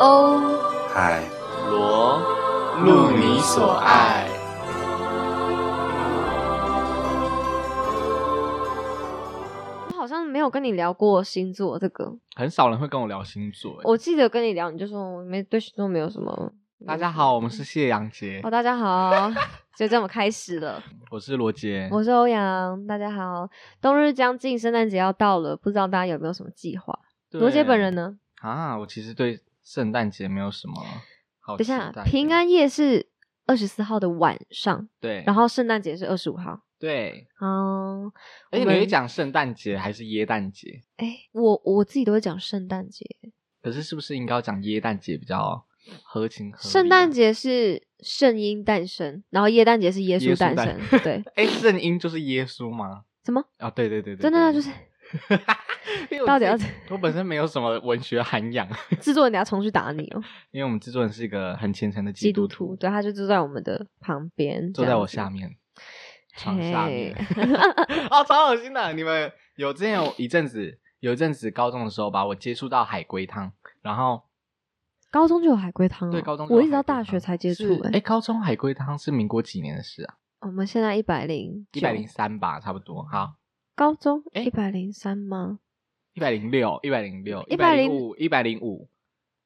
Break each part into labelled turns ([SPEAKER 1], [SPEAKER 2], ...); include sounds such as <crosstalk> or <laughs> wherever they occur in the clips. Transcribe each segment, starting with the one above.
[SPEAKER 1] 欧
[SPEAKER 2] 海
[SPEAKER 3] 罗，路你所爱。
[SPEAKER 1] 我好像没有跟你聊过星座这个，
[SPEAKER 3] 很少人会跟我聊星座。欸
[SPEAKER 1] 我记得跟你聊，你就说我没对星座没有
[SPEAKER 3] <laughs>
[SPEAKER 1] 什么。
[SPEAKER 3] 大家好，我们是谢阳杰
[SPEAKER 1] 嗯哦，，大家好， <laughs> 就这么开始
[SPEAKER 3] <laughs>
[SPEAKER 1] 了。
[SPEAKER 3] 我是罗杰。
[SPEAKER 1] 我是欧阳，大家好。冬日将近，圣诞节要到了，不知道大家有没有什么计划？
[SPEAKER 3] 对
[SPEAKER 1] 罗杰本人呢？
[SPEAKER 3] 啊，我其实对圣诞节没有什么好
[SPEAKER 1] 等一
[SPEAKER 3] 期
[SPEAKER 1] 下
[SPEAKER 3] 待。，
[SPEAKER 1] 平安夜是二十四号的晚上，
[SPEAKER 3] 对，
[SPEAKER 1] 然后圣诞节是二十五号。
[SPEAKER 3] 对，
[SPEAKER 1] 嗯，
[SPEAKER 3] 而
[SPEAKER 1] 我
[SPEAKER 3] 且你
[SPEAKER 1] 们
[SPEAKER 3] 会讲圣诞节还是耶诞节？
[SPEAKER 1] 哎，我我自己都会讲圣诞节，
[SPEAKER 3] 可是是不是应该要讲耶诞节比较合情合理啊？
[SPEAKER 1] 圣诞节是圣婴诞生，然后耶诞节是耶
[SPEAKER 3] 耶
[SPEAKER 1] 稣
[SPEAKER 3] 稣
[SPEAKER 1] 诞
[SPEAKER 3] 诞
[SPEAKER 1] 生，对，
[SPEAKER 3] 哎，圣婴就是耶稣吗？
[SPEAKER 1] 什么？
[SPEAKER 3] 啊，对对对对，
[SPEAKER 1] 真的啊
[SPEAKER 3] 对
[SPEAKER 1] 就是
[SPEAKER 3] <laughs> 因为我
[SPEAKER 1] 到底要
[SPEAKER 3] 自己我本身没有什么文学涵养， <laughs>
[SPEAKER 1] 制作人等下冲去打你哦，
[SPEAKER 3] 因为我们制作人是一个很虔诚的
[SPEAKER 1] 基
[SPEAKER 3] 督
[SPEAKER 1] 督徒，对，他就坐在我们的旁边，
[SPEAKER 3] 坐
[SPEAKER 1] 这
[SPEAKER 3] 在
[SPEAKER 1] 样
[SPEAKER 3] 我
[SPEAKER 1] 子
[SPEAKER 3] 下，面，床下面
[SPEAKER 1] 嘿，
[SPEAKER 3] <laughs>
[SPEAKER 1] <laughs>
[SPEAKER 3] 哦，超恶心的。你们有之前有一阵子，有一阵子高中的时候吧，我接触到海龟汤，然后
[SPEAKER 1] 高中就有海龟汤哦，
[SPEAKER 3] 对高中就有
[SPEAKER 1] 我一直到
[SPEAKER 3] 海龟
[SPEAKER 1] 大学
[SPEAKER 3] 汤
[SPEAKER 1] 才接触
[SPEAKER 3] 是，哎，
[SPEAKER 1] 哎，
[SPEAKER 3] 高中海龟汤是民国几年的事啊？
[SPEAKER 1] 我们现在一百零
[SPEAKER 3] 一百零三吧，差不多。好，
[SPEAKER 1] 高中
[SPEAKER 3] 哎
[SPEAKER 1] 一百零三吗？
[SPEAKER 3] 一百零六，一百零六，一百
[SPEAKER 1] 105
[SPEAKER 3] 零五，一百零五，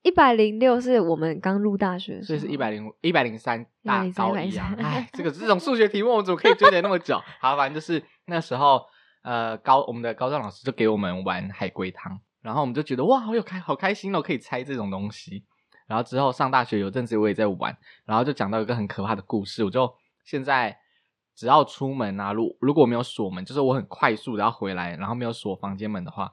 [SPEAKER 1] 一百零六是我们刚入大学的时
[SPEAKER 3] 所
[SPEAKER 1] 候，
[SPEAKER 3] 以是一百零一百零三大
[SPEAKER 1] 103
[SPEAKER 3] 高一啊！
[SPEAKER 1] 103
[SPEAKER 3] 哎，这个 <laughs> 这种数学题目，我们怎么可以纠结那么久？好，反正就是那时候，呃，高我们的高中老师就给我们玩海龟汤，然后我们就觉得哇，好有开好开心哦，可以猜这种东西。然后之后上大学有阵子我也在玩，然后就讲到一个很可怕的故事，我就现在只要出门啊，如如果我没有锁门，就是我很快速的要回来，然后没有锁房间门的话，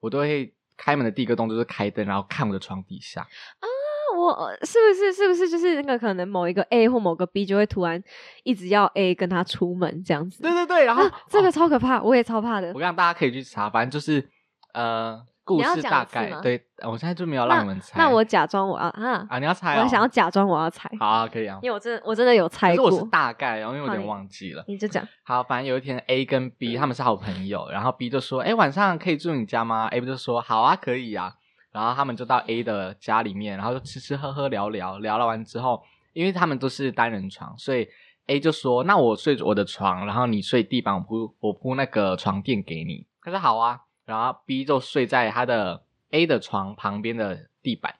[SPEAKER 3] 我都会开门的第一个动作就是开灯，然后看我的床底下。
[SPEAKER 1] 那我呃是不是是不是就是那个可能某一个 A 或某个 B 就会突然一直要 A 跟他出门这样子？
[SPEAKER 3] <laughs> 对对对， <laughs> 然后、
[SPEAKER 1] 啊，这个
[SPEAKER 3] 哦
[SPEAKER 1] 超可怕，我也超怕的
[SPEAKER 3] 我。让大家可以去查，反正就是呃，故
[SPEAKER 1] 你要
[SPEAKER 3] 事
[SPEAKER 1] 讲
[SPEAKER 3] 大
[SPEAKER 1] 一次
[SPEAKER 3] 概
[SPEAKER 1] 吗
[SPEAKER 3] 对。呃我现在就没有让你们猜，
[SPEAKER 1] 那我假装我要啊，
[SPEAKER 3] 啊，你要猜、哦，
[SPEAKER 1] 我想要假装我要猜，
[SPEAKER 3] 好、啊，可以啊，
[SPEAKER 1] 因为我真的我真的有
[SPEAKER 3] 可
[SPEAKER 1] 猜
[SPEAKER 3] 是我是
[SPEAKER 1] 过。
[SPEAKER 3] 大概，啊哦然后因为我有
[SPEAKER 1] 好
[SPEAKER 3] 点
[SPEAKER 1] 你
[SPEAKER 3] 忘记了。
[SPEAKER 1] 你就讲，
[SPEAKER 3] 好，反正有一天 A 跟 B 他们是好朋友，然后 B 就说：“哎、晚上可以住你家吗？”A 就说：“好啊，可以啊。”然后他们就到 A 的家里面，然后就吃吃喝喝聊聊，聊了完之后，因为他们都是单人床，所以 A 就说：“那我睡我的床，然后你睡地板，我铺我铺那个床垫给你。”他说：“好啊。”然后 B 就睡在他的 A 的床旁边的地板。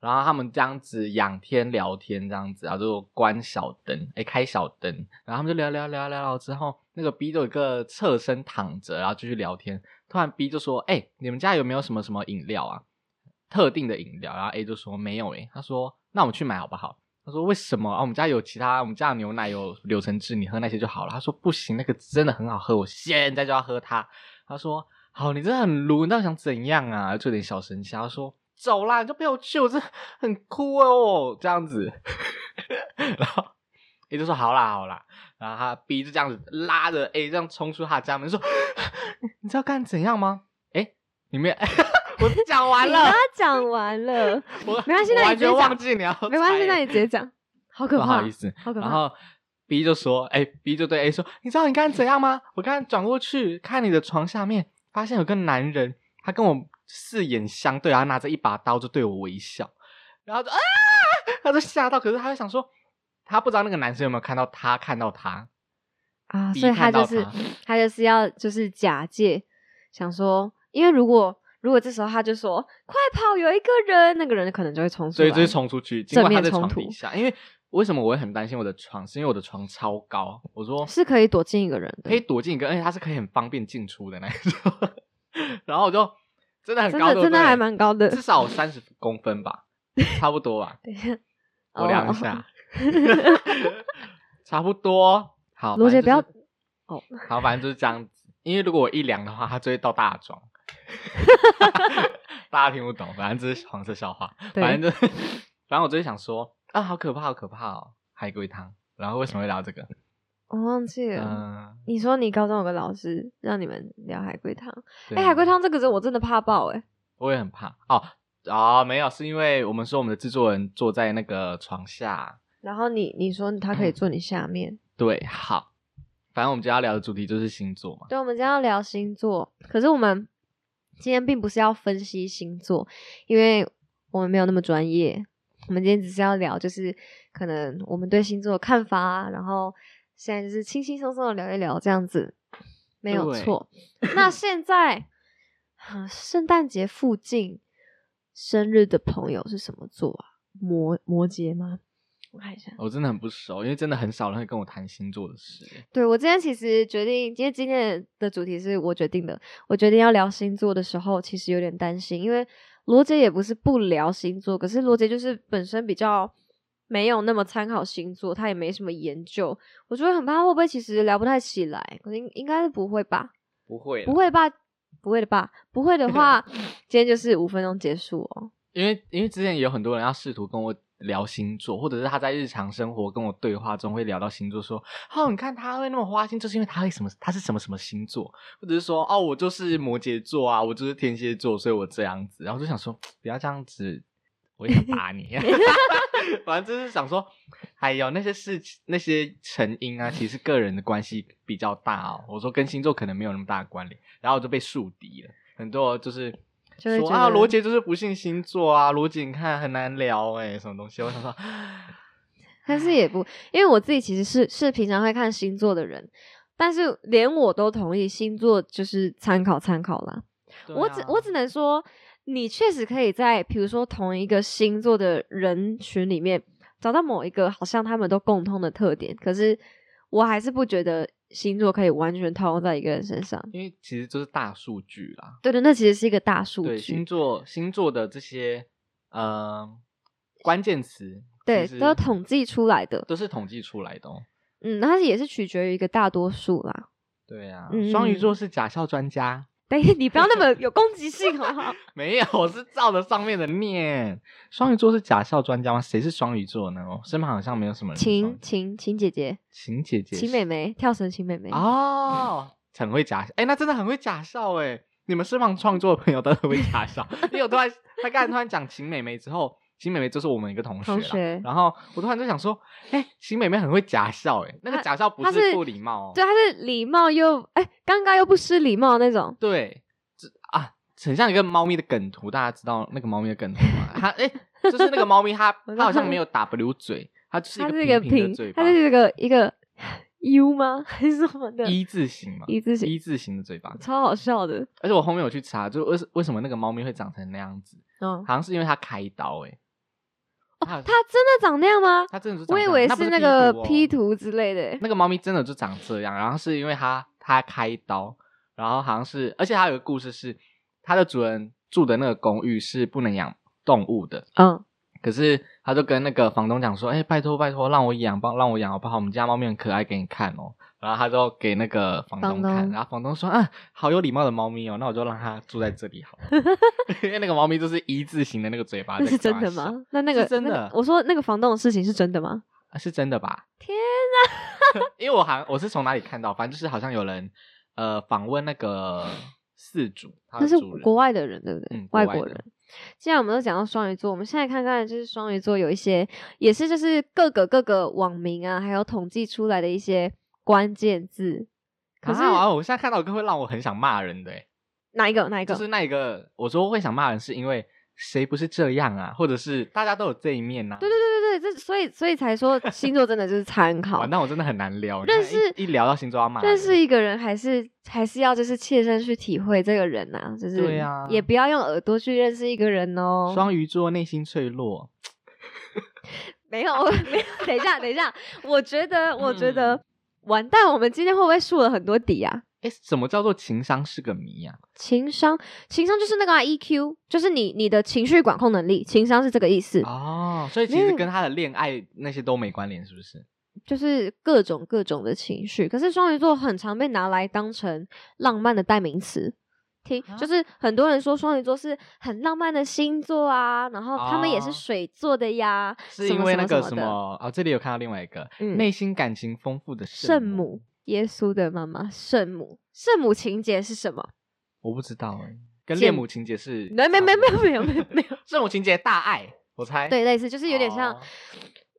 [SPEAKER 3] 然后他们这样子仰天聊天，这样子，然后就关小灯，哎，开小灯，然后他们就聊聊聊聊聊之后，那个 B 就有一个侧身躺着，然后继续聊天。突然 B 就说：“哎、你们家有没有什么什么饮料啊？特定的饮料？”然后 A 就说：“没有。”哎，他说：“那我们去买好不好？”他说：“为什么啊？我们家有其他，我们家的牛奶有柳橙汁，你喝那些就好了。”他说：“不行，那个真的很好喝，我现在就要喝它。”他说：“好，你真的很鲁，你到底想怎样啊？”就有点小生气，他说：“走啦，你就陪我去，我真的很酷哦。”这样子， <laughs> 然后 A 就说：“好啦，好啦。”然后他 B 就这样子拉着 A 这样冲出他的家门，说：“你知道干怎样吗？”哎，你没有， <laughs> 我讲完
[SPEAKER 1] 你
[SPEAKER 3] 了
[SPEAKER 1] 刚刚，讲完了，
[SPEAKER 3] 我
[SPEAKER 1] 没关系那你
[SPEAKER 3] <laughs> 我
[SPEAKER 1] 直
[SPEAKER 3] 完
[SPEAKER 1] 接
[SPEAKER 3] 全
[SPEAKER 1] 讲
[SPEAKER 3] 忘记你要猜了，
[SPEAKER 1] 没关系，那你直接
[SPEAKER 3] <laughs>
[SPEAKER 1] 讲，好可
[SPEAKER 3] 不
[SPEAKER 1] 怕，
[SPEAKER 3] 好意思，
[SPEAKER 1] 好可
[SPEAKER 3] 然
[SPEAKER 1] 怕。
[SPEAKER 3] 后 B 就说：“哎、b 就对 A 说，你知道你刚才怎样吗？我刚才转过去看你的床下面，发现有个男人，他跟我四眼相对，然后拿着一把刀就对我微笑，然后就啊，他就吓到，可是他就想说，他不知道那个男生有没有看到他看到他，
[SPEAKER 1] 啊，
[SPEAKER 3] 逼
[SPEAKER 1] 所以他
[SPEAKER 3] 看
[SPEAKER 1] 就
[SPEAKER 3] 到
[SPEAKER 1] 是
[SPEAKER 3] 他
[SPEAKER 1] 他就是要就是假借想说，因为如果如果这时候他就说快跑，有一个人，那个人可能就会冲出
[SPEAKER 3] 所
[SPEAKER 1] 来，
[SPEAKER 3] 以就是冲出去，尽
[SPEAKER 1] 正
[SPEAKER 3] 管他
[SPEAKER 1] 面
[SPEAKER 3] 在
[SPEAKER 1] 冲
[SPEAKER 3] 床
[SPEAKER 1] 突
[SPEAKER 3] 底下，因为为什么我会很担心我的床，是因为我的床超高，我说
[SPEAKER 1] 是可以躲进一个人的，
[SPEAKER 3] 可以躲进一个，而且它是可以很方便进出的那一种。 <laughs> 然后我就真的很
[SPEAKER 1] 真
[SPEAKER 3] 高，
[SPEAKER 1] 的
[SPEAKER 3] 对不
[SPEAKER 1] 真的
[SPEAKER 3] 对
[SPEAKER 1] 还蛮高的
[SPEAKER 3] 至少三十公分
[SPEAKER 1] <laughs>
[SPEAKER 3] 吧，差不多吧，
[SPEAKER 1] 等一下
[SPEAKER 3] 我量一
[SPEAKER 1] 哦
[SPEAKER 3] 下， <laughs> 差不多。好，
[SPEAKER 1] 罗杰
[SPEAKER 3] 反正就是
[SPEAKER 1] 不要哦，
[SPEAKER 3] <laughs> 好，反正就是这样子。因为如果我一量的话，它就会到大
[SPEAKER 1] <laughs>
[SPEAKER 3] 壮。大家听不懂，反正这是黄色笑话。
[SPEAKER 1] 哦对
[SPEAKER 3] 反正就是，反正我就是想说啊，好可怕，好可怕哦，海龟汤。然后为什么会聊这个？
[SPEAKER 1] 我忘记
[SPEAKER 3] 嗯、
[SPEAKER 1] 了。你说你高中有个老师让你们聊海龟汤，
[SPEAKER 3] 对
[SPEAKER 1] 哎，海龟汤这个人我真的怕爆哎，
[SPEAKER 3] 我也很怕哦哦，没有，是因为我们说我们的制作人坐在那个床下。
[SPEAKER 1] 然后你你说他可以坐你下面，
[SPEAKER 3] 对，好，反正我们今天要聊的主题就是星座嘛。
[SPEAKER 1] 对，我们今天要聊星座，可是我们今天并不是要分析星座，因为我们没有那么专业，我们今天只是要聊，就是可能我们对星座的看法啊，然后现在就是轻轻松松的聊一聊这样子，没有
[SPEAKER 3] 对
[SPEAKER 1] 错。那现在啊圣诞节附近生日的朋友是什么座啊？摩摩羯吗？我看一下。
[SPEAKER 3] 我真的很不熟，因为真的很少人会跟我谈星座的事。
[SPEAKER 1] 对我今天其实决定，因为今天的主题是我决定的，我决定要聊星座的时候，其实有点担心，因为罗杰也不是不聊星座，可是罗杰就是本身比较没有那么参考星座，他也没什么研究，我就会很怕会不会其实聊不太起来，可能应该是不会吧，
[SPEAKER 2] 不会啦，
[SPEAKER 3] 啊
[SPEAKER 1] 不会吧，不会的吧，不会的话，今天就是五分钟结束哦。
[SPEAKER 3] 因为因为之前也有很多人要试图跟我聊星座，或者是他在日常生活跟我对话中会聊到星座，说哦，你看他会那么花心，就是因为他会什么，他是什么什么星座，或者是说哦，我就是摩羯座啊，我就是天蝎座，所以我这样子，然后就想说不要这样子，我也想打你。 <laughs> 反正就是想说，还有那些事情、那些成因啊，其实个人的关系比较大哦。我说跟星座可能没有那么大的关联，然后我就被树敌了。很多就是
[SPEAKER 1] 就会
[SPEAKER 3] 说
[SPEAKER 1] 觉
[SPEAKER 3] 啊，
[SPEAKER 1] 得
[SPEAKER 3] 罗杰就是不信星座啊，罗杰你看很难聊哎、什么东西？我想说， <gasps>
[SPEAKER 1] 但是也不，因为我自己其实是是平常会看星座的人，但是连我都同意星座就是参考参考啦。
[SPEAKER 3] 对
[SPEAKER 1] 我只
[SPEAKER 3] 啊
[SPEAKER 1] 我只能说，你确实可以在比如说同一个星座的人群里面找到某一个好像他们都共通的特点，可是我还是不觉得星座可以完全套用在一个人身上。
[SPEAKER 3] 因为其实就是大数据啦，
[SPEAKER 1] 对的，那其实是一个大数
[SPEAKER 3] 对星
[SPEAKER 1] 据，
[SPEAKER 3] 座星座的这些呃关键词，
[SPEAKER 1] 对，
[SPEAKER 3] 其实
[SPEAKER 1] 都统计出来的。
[SPEAKER 3] 都是统计出来的哦。
[SPEAKER 1] 嗯，它也是取决于一个大多数啦。
[SPEAKER 3] 对啊，
[SPEAKER 1] 嗯
[SPEAKER 3] 双鱼座是假笑专家。 <laughs>
[SPEAKER 1] 但是你不要那么有攻击性好不好？
[SPEAKER 3] 没有，我是照着上面的念。双鱼座是假笑专家吗？谁是双鱼座呢？我身旁好像没有什么人是双鱼
[SPEAKER 1] 晴
[SPEAKER 3] 座。
[SPEAKER 1] 晴晴姐姐，
[SPEAKER 3] 晴姐姐是，
[SPEAKER 1] 秦美眉跳绳，秦美眉，
[SPEAKER 3] 哦，很会假笑。哎、那真的很会假笑哎、你们身旁创作的朋友都很会假
[SPEAKER 1] <laughs>
[SPEAKER 3] 笑，因为我突然，他刚才突然讲秦美眉之后，秦美眉就是我们一个同学啦
[SPEAKER 1] 同学
[SPEAKER 3] 然后我突然就想说，哎、秦美眉很会假笑哎、那个
[SPEAKER 1] 她
[SPEAKER 3] 假笑不
[SPEAKER 1] 她是
[SPEAKER 3] 不礼貌哦，
[SPEAKER 1] 对，她啊是礼貌又哎，尴尬又不失礼貌那种。
[SPEAKER 3] 对，这啊，很像一个猫咪的梗图，大家知道那个猫咪的梗图吗？它哎、就是那个猫咪它，它
[SPEAKER 1] <laughs> 我
[SPEAKER 3] 好像没有 W 嘴，它就是
[SPEAKER 1] 它是
[SPEAKER 3] 一
[SPEAKER 1] 一个
[SPEAKER 3] 个平平的嘴
[SPEAKER 1] 它
[SPEAKER 3] 巴，
[SPEAKER 1] 是一个一个 U 吗？ <laughs> 还是什么的？
[SPEAKER 3] 一字形嘛，
[SPEAKER 1] 一字形
[SPEAKER 3] 一字形的嘴巴。
[SPEAKER 1] 超好笑的。
[SPEAKER 3] 而且我后面有去查，就为什为什么那个猫咪会长成那样子，
[SPEAKER 1] 嗯，
[SPEAKER 3] 好像是因为它开刀哎、它
[SPEAKER 1] 哦它真的长那样吗？
[SPEAKER 3] 它真的就长
[SPEAKER 1] 我
[SPEAKER 3] 这
[SPEAKER 1] 以
[SPEAKER 3] 样
[SPEAKER 1] 为
[SPEAKER 3] 不
[SPEAKER 1] 是
[SPEAKER 3] 是
[SPEAKER 1] 那个 P
[SPEAKER 3] P 哦
[SPEAKER 1] 图之类的。 <laughs>
[SPEAKER 3] 那个猫咪真的就长这样，然后是因为它它开刀，然后好像是，而且还有一个故事是，它的主人住的那个公寓是不能养动物的，
[SPEAKER 1] 嗯，
[SPEAKER 3] 可是他就跟那个房东讲说：“哎、拜托拜托，让我养，帮让我养好不好？我们家猫咪很可爱，给你看哦。”然后他就给那个房东看，
[SPEAKER 1] 房东
[SPEAKER 3] 然后房东说：“啊，好有礼貌的猫咪哦，那我就让它住在这里好了。”
[SPEAKER 1] <laughs>
[SPEAKER 3] <laughs> 因为那个猫咪就是一字形的那个嘴巴，
[SPEAKER 1] 那
[SPEAKER 3] 在
[SPEAKER 1] 是真
[SPEAKER 3] 抓
[SPEAKER 1] 的
[SPEAKER 3] 小
[SPEAKER 1] 吗？那那个
[SPEAKER 3] 是真的
[SPEAKER 1] 那个我说那个房东的事情是真的吗？
[SPEAKER 3] 啊是真的吧？
[SPEAKER 1] 天
[SPEAKER 3] 哪！ <laughs> 因为我好像我是从哪里看到，反正就是好像有人呃访问那个饲主，他
[SPEAKER 1] 那
[SPEAKER 3] 的
[SPEAKER 1] 是
[SPEAKER 3] 主人
[SPEAKER 1] 国外的人，对不对？
[SPEAKER 3] 嗯国
[SPEAKER 1] 外
[SPEAKER 3] 外
[SPEAKER 1] 国
[SPEAKER 3] 的
[SPEAKER 1] 人。既然我们都讲到双鱼座，我们现在看看就是双鱼座有一些也是就是各个各个网民啊，还有统计出来的一些关键字。可是、
[SPEAKER 3] 啊啊我现在看到一个会让我很想骂人的、欸
[SPEAKER 1] 哪一个哪一个？
[SPEAKER 3] 就是那一个，我说会想骂人，是因为谁不是这样啊？或者是大家都有这一面呐、啊？
[SPEAKER 1] 对对对对对，这所以所以才
[SPEAKER 3] <laughs>
[SPEAKER 1] 说星座真的就是参考
[SPEAKER 3] 哇，。那我真的很难聊。
[SPEAKER 1] 认
[SPEAKER 3] 你看一
[SPEAKER 1] 识
[SPEAKER 3] 一聊到星座要骂人，
[SPEAKER 1] 认识一个人还是还是要就是切身去体会这个人呐、就是
[SPEAKER 3] 对啊
[SPEAKER 1] 也不要用耳朵去认识一个人哦。
[SPEAKER 3] 双鱼座内心脆弱，
[SPEAKER 1] 没
[SPEAKER 3] <laughs>
[SPEAKER 1] 有，我没有。等一下，等一下，我觉得，我觉得，
[SPEAKER 3] 嗯
[SPEAKER 1] 完蛋，我们今天会不会输了很多底啊？
[SPEAKER 3] 哎，什么叫做情商是个谜啊呀、
[SPEAKER 1] 情商，情商就是那个、啊、EQ，就是你你的情绪管控能力，情商是这个意思，
[SPEAKER 3] 啊？哦，所以其
[SPEAKER 1] 没
[SPEAKER 3] 实
[SPEAKER 1] 有
[SPEAKER 3] 跟他的恋爱那些都没关联，是不是？
[SPEAKER 1] 就是各种各种的情绪。可是双鱼座很常被拿来当成浪漫的代名词。听，
[SPEAKER 3] 啊
[SPEAKER 1] 就是很多人说双鱼座是很浪漫的星座啊，然后他们也是
[SPEAKER 3] 哦
[SPEAKER 1] 水做的呀，
[SPEAKER 3] 是
[SPEAKER 1] 什么
[SPEAKER 3] 因为那个
[SPEAKER 1] 什
[SPEAKER 3] 什
[SPEAKER 1] 么的
[SPEAKER 3] 么哦，这里有看到另外一个、
[SPEAKER 1] 嗯
[SPEAKER 3] 内心感情丰富的
[SPEAKER 1] 圣
[SPEAKER 3] 母，
[SPEAKER 1] 母，耶稣的妈妈圣母，圣母情节是什么？
[SPEAKER 3] 我不知道哎，跟
[SPEAKER 1] 见
[SPEAKER 3] 恋母情节是
[SPEAKER 1] 没没没没有没有没有没有，
[SPEAKER 3] <laughs>
[SPEAKER 1] <laughs>
[SPEAKER 3] 圣母情节大爱，我猜
[SPEAKER 1] 对，类似就是有点像
[SPEAKER 3] 哦，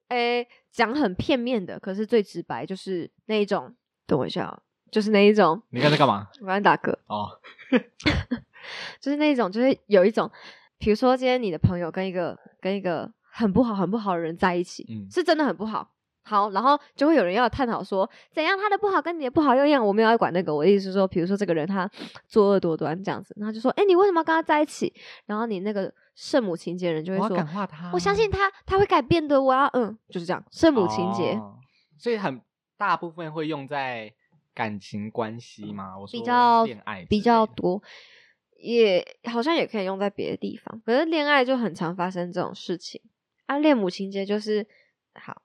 [SPEAKER 1] 诶、讲很片面的，可是最直白就是那一种。等我一下哦，就是那一种，
[SPEAKER 3] 你刚才干嘛？
[SPEAKER 1] <laughs> 我刚才打嗝，
[SPEAKER 3] 哦，
[SPEAKER 1] 就是那一种，就是有一种比如说今天你的朋友跟一个跟一个很不好很不好的人在一起，
[SPEAKER 3] 嗯
[SPEAKER 1] 是真的很不好。好，然后就会有人要探讨说，怎样他的不好跟你的不好又一样，我没有要管那个。我的意思是说，比如说这个人他作恶多端这样子，然后就说，哎、你为什么要跟他在一起？然后你那个圣母情节人就
[SPEAKER 3] 我
[SPEAKER 1] 会
[SPEAKER 3] 要
[SPEAKER 1] 说，
[SPEAKER 3] 感化他，
[SPEAKER 1] 我相信他，他会改变的。我要嗯，就是这样，圣母情节、
[SPEAKER 3] 哦所以很大部分会用在感情关系嘛，我说
[SPEAKER 1] 比较
[SPEAKER 3] 恋爱
[SPEAKER 1] 比
[SPEAKER 3] 之
[SPEAKER 1] 较
[SPEAKER 3] 类的，
[SPEAKER 1] 多，也好像也可以用在别的地方。可是恋爱就很常发生这种事情啊，恋母情节就是好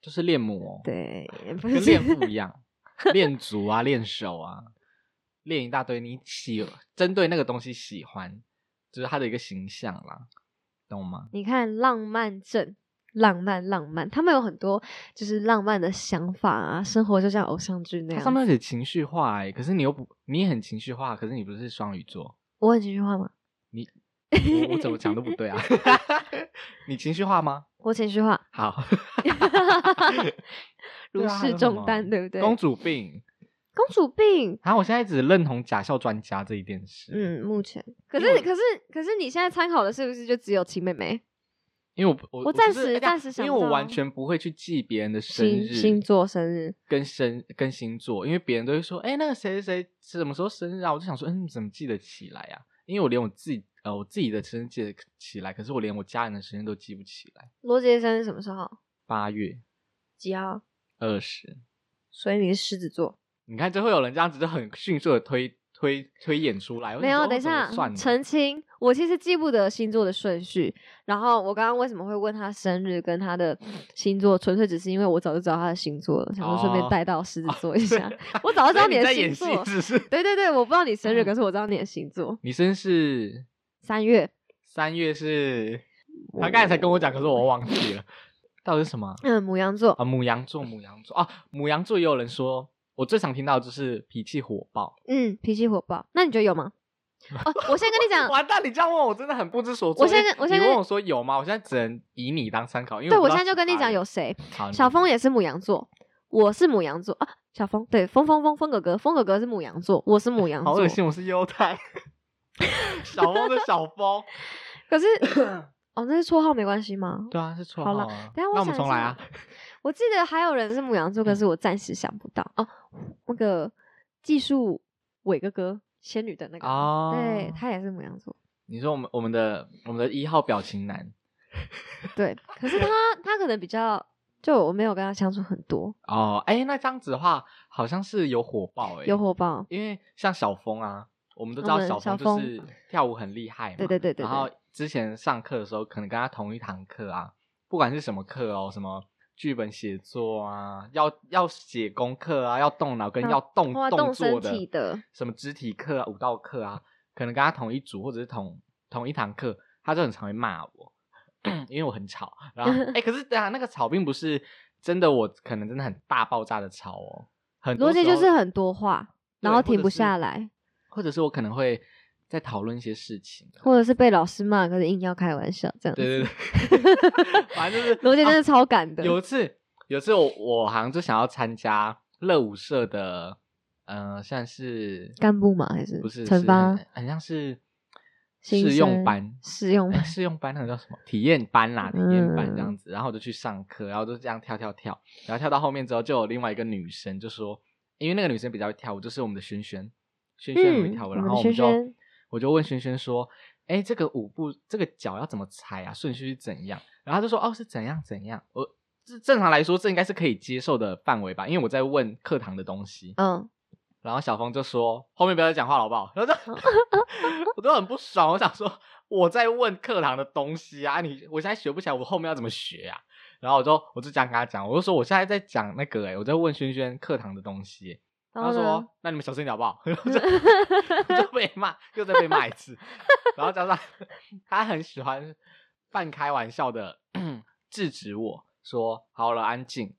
[SPEAKER 3] 就是恋母、哦，，
[SPEAKER 1] 对，不
[SPEAKER 3] 跟
[SPEAKER 1] 是
[SPEAKER 3] 恋父一样，恋足啊，恋手啊，练一大堆，你喜针对那个东西喜欢，就是他的一个形象啦，懂吗？
[SPEAKER 1] <laughs> 你看浪漫症，浪漫浪漫，他们有很多就是浪漫的想法啊，生活就像偶像剧那
[SPEAKER 3] 它
[SPEAKER 1] 样。
[SPEAKER 3] 上面有写情绪化哎、可是你又不，你也很情绪化，可是你不是双鱼座，
[SPEAKER 1] <laughs> 我很情绪化吗？
[SPEAKER 3] 我我怎么讲都不
[SPEAKER 1] <laughs>
[SPEAKER 3] 对啊，你情绪化吗？
[SPEAKER 1] 我情绪
[SPEAKER 3] <laughs>
[SPEAKER 1] 化，
[SPEAKER 3] 好，
[SPEAKER 1] 如
[SPEAKER 3] 对啊还
[SPEAKER 1] 释
[SPEAKER 3] 有什
[SPEAKER 1] 重
[SPEAKER 3] 么
[SPEAKER 1] 担，对不对？
[SPEAKER 3] 公主病。
[SPEAKER 1] 公主病。
[SPEAKER 3] 然后我现在只认同假笑专家这一件事，，
[SPEAKER 1] 嗯，目前可
[SPEAKER 3] 因
[SPEAKER 1] 是
[SPEAKER 3] 为
[SPEAKER 1] 可是可是你现在参考的是不是就只有秦妹妹
[SPEAKER 3] 因为我我
[SPEAKER 1] 我暂
[SPEAKER 3] 就是
[SPEAKER 1] 时
[SPEAKER 3] 哎等下
[SPEAKER 1] 暂时想
[SPEAKER 3] 因为我
[SPEAKER 1] 不
[SPEAKER 3] 完
[SPEAKER 1] 到啊
[SPEAKER 3] 全不会去记别人的生
[SPEAKER 1] 星
[SPEAKER 3] 日、
[SPEAKER 1] 星座生日？
[SPEAKER 3] 跟生跟星座，因为别人都会说，哎、那个谁谁谁什么时候生日啊？我就想说，嗯，怎么记得起来啊？因为我连我自己呃我自己的生日记得起来，可是我连我家人的生日都记不起来。
[SPEAKER 1] 罗杰生日什么时候？
[SPEAKER 3] 八月
[SPEAKER 1] 几号？
[SPEAKER 3] 二十，
[SPEAKER 1] 啊所以你是狮子座？
[SPEAKER 3] 你看就会有人这样子就很迅速的推推推演出来。我
[SPEAKER 1] 没
[SPEAKER 3] 想
[SPEAKER 1] 有，
[SPEAKER 3] 说哦
[SPEAKER 1] 等一
[SPEAKER 3] 怎么
[SPEAKER 1] 下
[SPEAKER 3] 算的
[SPEAKER 1] 澄清，我其实记不得星座的顺序。然后我刚刚为什么会问他生日跟他的星座，纯粹只是因为我早就知道他的星座了，想说顺便
[SPEAKER 3] 哦
[SPEAKER 1] 带到狮
[SPEAKER 3] <laughs>
[SPEAKER 1] 子座一下。
[SPEAKER 3] 对
[SPEAKER 1] 我早就知道
[SPEAKER 3] 所以
[SPEAKER 1] 你的
[SPEAKER 3] 在
[SPEAKER 1] 星
[SPEAKER 3] 演戏嗯
[SPEAKER 1] 座
[SPEAKER 3] 只是 <laughs>
[SPEAKER 1] 对对对，我不知道你生日，可是我知道你的星座。
[SPEAKER 3] 你生日是
[SPEAKER 1] 三月，
[SPEAKER 3] 三月是，他刚才才跟我讲，可是我忘记了， <laughs> 到底是什么啊
[SPEAKER 1] 嗯，母羊座
[SPEAKER 3] 啊？母羊座，母羊座啊，母羊座也有人说，我最常听到的就是脾气火爆。
[SPEAKER 1] 嗯，脾气火爆。那你觉得有
[SPEAKER 3] <laughs>
[SPEAKER 1] 吗？哦，我先跟你讲，
[SPEAKER 3] 完蛋，你这样问我真的很不知所措。
[SPEAKER 1] 我现在
[SPEAKER 3] 因为
[SPEAKER 1] 我现在
[SPEAKER 3] 你问我说有吗？我现在只能以你当参考，因为
[SPEAKER 1] 对
[SPEAKER 3] 我
[SPEAKER 1] 我
[SPEAKER 3] 不知道
[SPEAKER 1] 现在就跟你
[SPEAKER 3] 其他
[SPEAKER 1] 讲
[SPEAKER 3] 人
[SPEAKER 1] 有谁。
[SPEAKER 3] 好
[SPEAKER 1] 小峰
[SPEAKER 3] 也
[SPEAKER 1] 也是母羊座，我是母羊座啊。小峰对，峰峰峰峰哥哥，峰哥哥是母羊座，我是母羊
[SPEAKER 3] 哎好
[SPEAKER 1] 座
[SPEAKER 3] 恶。心，我是优太。小峰的小
[SPEAKER 1] <laughs>
[SPEAKER 3] 峰，
[SPEAKER 1] 可是 <coughs> 哦，那是绰号没关系吗？
[SPEAKER 3] 对啊，是绰
[SPEAKER 1] 好
[SPEAKER 3] 号
[SPEAKER 1] 啦
[SPEAKER 3] 啊。
[SPEAKER 1] 等一下
[SPEAKER 3] 那我
[SPEAKER 1] 想
[SPEAKER 3] 们
[SPEAKER 1] 一
[SPEAKER 3] 重来啊嗯
[SPEAKER 1] 下。我记得还有人是母羊座，可是我暂时想不到哦。那个技术伟哥哥，仙女的那个，
[SPEAKER 3] 哦
[SPEAKER 1] 对他也是母羊座。
[SPEAKER 3] 你说我们我们的我们的一号表情男
[SPEAKER 1] 对，可是他
[SPEAKER 3] <laughs>
[SPEAKER 1] 他可能比较，就我没有跟他相处很多，
[SPEAKER 3] 哦，哎，那这样子的话，好像是有火爆哎，
[SPEAKER 1] 有火爆。
[SPEAKER 3] 因为像小峰啊，我们都知
[SPEAKER 1] 我
[SPEAKER 3] 道
[SPEAKER 1] 嗯们
[SPEAKER 3] 小峰
[SPEAKER 1] 小
[SPEAKER 3] 就
[SPEAKER 1] 峰
[SPEAKER 3] 是跳舞很厉害嘛，
[SPEAKER 1] 对对对对
[SPEAKER 3] 然后之前上课的时候，可能跟他同一堂课啊，不管是什么课哦，什么剧本写作啊，要要写功课啊，要动脑跟
[SPEAKER 1] 要
[SPEAKER 3] 要
[SPEAKER 1] 嗯
[SPEAKER 3] 动
[SPEAKER 1] 哇
[SPEAKER 3] 动
[SPEAKER 1] 动
[SPEAKER 3] 作
[SPEAKER 1] 身体的
[SPEAKER 3] 什么肢体课啊、舞蹈课啊，可能跟他同一组或者是同同一堂课，他就很常会骂我， <clears throat> 因为我很吵。然后
[SPEAKER 1] <laughs>
[SPEAKER 3] 哎、可是等一下那个吵并不是真的，我可能真的很大爆炸的吵哦。很多
[SPEAKER 1] 罗杰
[SPEAKER 3] 时
[SPEAKER 1] 就
[SPEAKER 3] 候
[SPEAKER 1] 是很多话，然
[SPEAKER 3] 对
[SPEAKER 1] 后
[SPEAKER 3] 或
[SPEAKER 1] 停
[SPEAKER 3] 者
[SPEAKER 1] 不
[SPEAKER 3] 是
[SPEAKER 1] 下来，
[SPEAKER 3] 或者是我可能会在讨论一些事情。啊
[SPEAKER 1] 或者是被老师骂，可是硬要开玩笑这样子。
[SPEAKER 3] 对
[SPEAKER 1] <laughs>
[SPEAKER 3] 对对，反正就是
[SPEAKER 1] 罗杰真的
[SPEAKER 3] 啊
[SPEAKER 1] 超敢的，
[SPEAKER 3] 有一次，有一次我我好像就想要参加乐舞社的，呃，像是
[SPEAKER 1] 干部吗？还是
[SPEAKER 3] 不是
[SPEAKER 1] 惩
[SPEAKER 3] 是
[SPEAKER 1] 罚
[SPEAKER 3] 很很像是
[SPEAKER 1] 新
[SPEAKER 3] 试用
[SPEAKER 1] 生
[SPEAKER 3] 班，
[SPEAKER 1] 试用
[SPEAKER 3] 哎
[SPEAKER 1] 班
[SPEAKER 3] 试用班那个叫什么体验班啦，体验班这样
[SPEAKER 1] 嗯
[SPEAKER 3] 子。然后我就去上课，然后就这样跳跳跳，然后跳到后面之后，就有另外一个女生就说，因为那个女生比较会跳舞，就是我们的萱萱，萱萱很会
[SPEAKER 1] 嗯
[SPEAKER 3] 跳舞，
[SPEAKER 1] 我
[SPEAKER 3] 然
[SPEAKER 1] 们的
[SPEAKER 3] 后我们
[SPEAKER 1] 萱
[SPEAKER 3] 就
[SPEAKER 1] 萱
[SPEAKER 3] 我就问萱萱说，哎，这个舞步这个脚要怎么踩啊？顺序是怎样？然后她就说，哦，是怎样怎样。我这正常来说，这应该是可以接受的范围吧，因为我在问课堂的东西。
[SPEAKER 1] 嗯，
[SPEAKER 3] 然后小峰就说：“后面不要再讲话了，好不好？”然后就我都很不爽，我想说我在问课堂的东西啊，你我现在学不起来，我后面要怎么学啊？然后我就我就这样跟他讲，我就说我现在在讲那个、欸，我在问轩轩课堂的东西、欸。
[SPEAKER 1] 然
[SPEAKER 3] 他
[SPEAKER 1] 后
[SPEAKER 3] 说
[SPEAKER 1] 呢？：“
[SPEAKER 3] 那你们小声一点好不好？” <laughs> 然后就
[SPEAKER 1] <laughs>
[SPEAKER 3] 就被骂，又再被骂一次。然后加上他很喜欢半开玩笑的 <clears throat> 制止我说：“好了，安静。”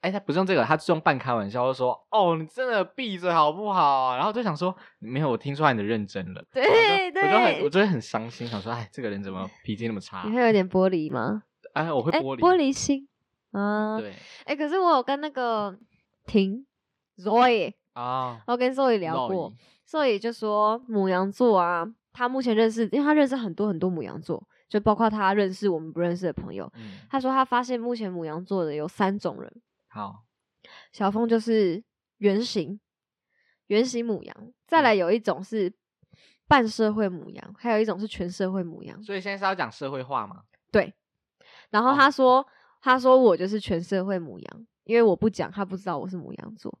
[SPEAKER 3] 哎，他不是用这个，他是用半开玩笑，就说：“哦，你真的闭嘴好不好？”啊然后就想说：“没有，我听出来你的认真了。”
[SPEAKER 1] 对
[SPEAKER 3] 我就很，我
[SPEAKER 1] 对，
[SPEAKER 3] 就会很伤心，想说：“哎，这个人怎么脾气那么差
[SPEAKER 1] 你会有点玻璃吗？？”
[SPEAKER 3] 哎，我会
[SPEAKER 1] 哎，
[SPEAKER 3] 玻璃，
[SPEAKER 1] 玻璃心啊！
[SPEAKER 3] 对
[SPEAKER 1] 哎，可是我有跟那个婷 Zoe，
[SPEAKER 3] 啊，
[SPEAKER 1] 我跟 Zoe 哦聊
[SPEAKER 3] 肉
[SPEAKER 1] 过
[SPEAKER 3] 姨，
[SPEAKER 1] ，Zoe 就说母羊座啊，他目前认识，因为他认识很多很多母羊座，就包括他认识我们不认识的朋友。
[SPEAKER 3] 嗯，
[SPEAKER 1] 他说他发现目前母羊座的有三种人，
[SPEAKER 3] 好，
[SPEAKER 1] 小峰就是原型，原型母羊，
[SPEAKER 3] 嗯
[SPEAKER 1] 再来有一种是半社会母羊，还有一种是全社会母羊。
[SPEAKER 3] 所以现在是要讲社会化嘛？
[SPEAKER 1] 然后
[SPEAKER 3] 哦
[SPEAKER 1] 他说，他说我就是全社会母羊，因为我不讲，他不知道我是母羊座。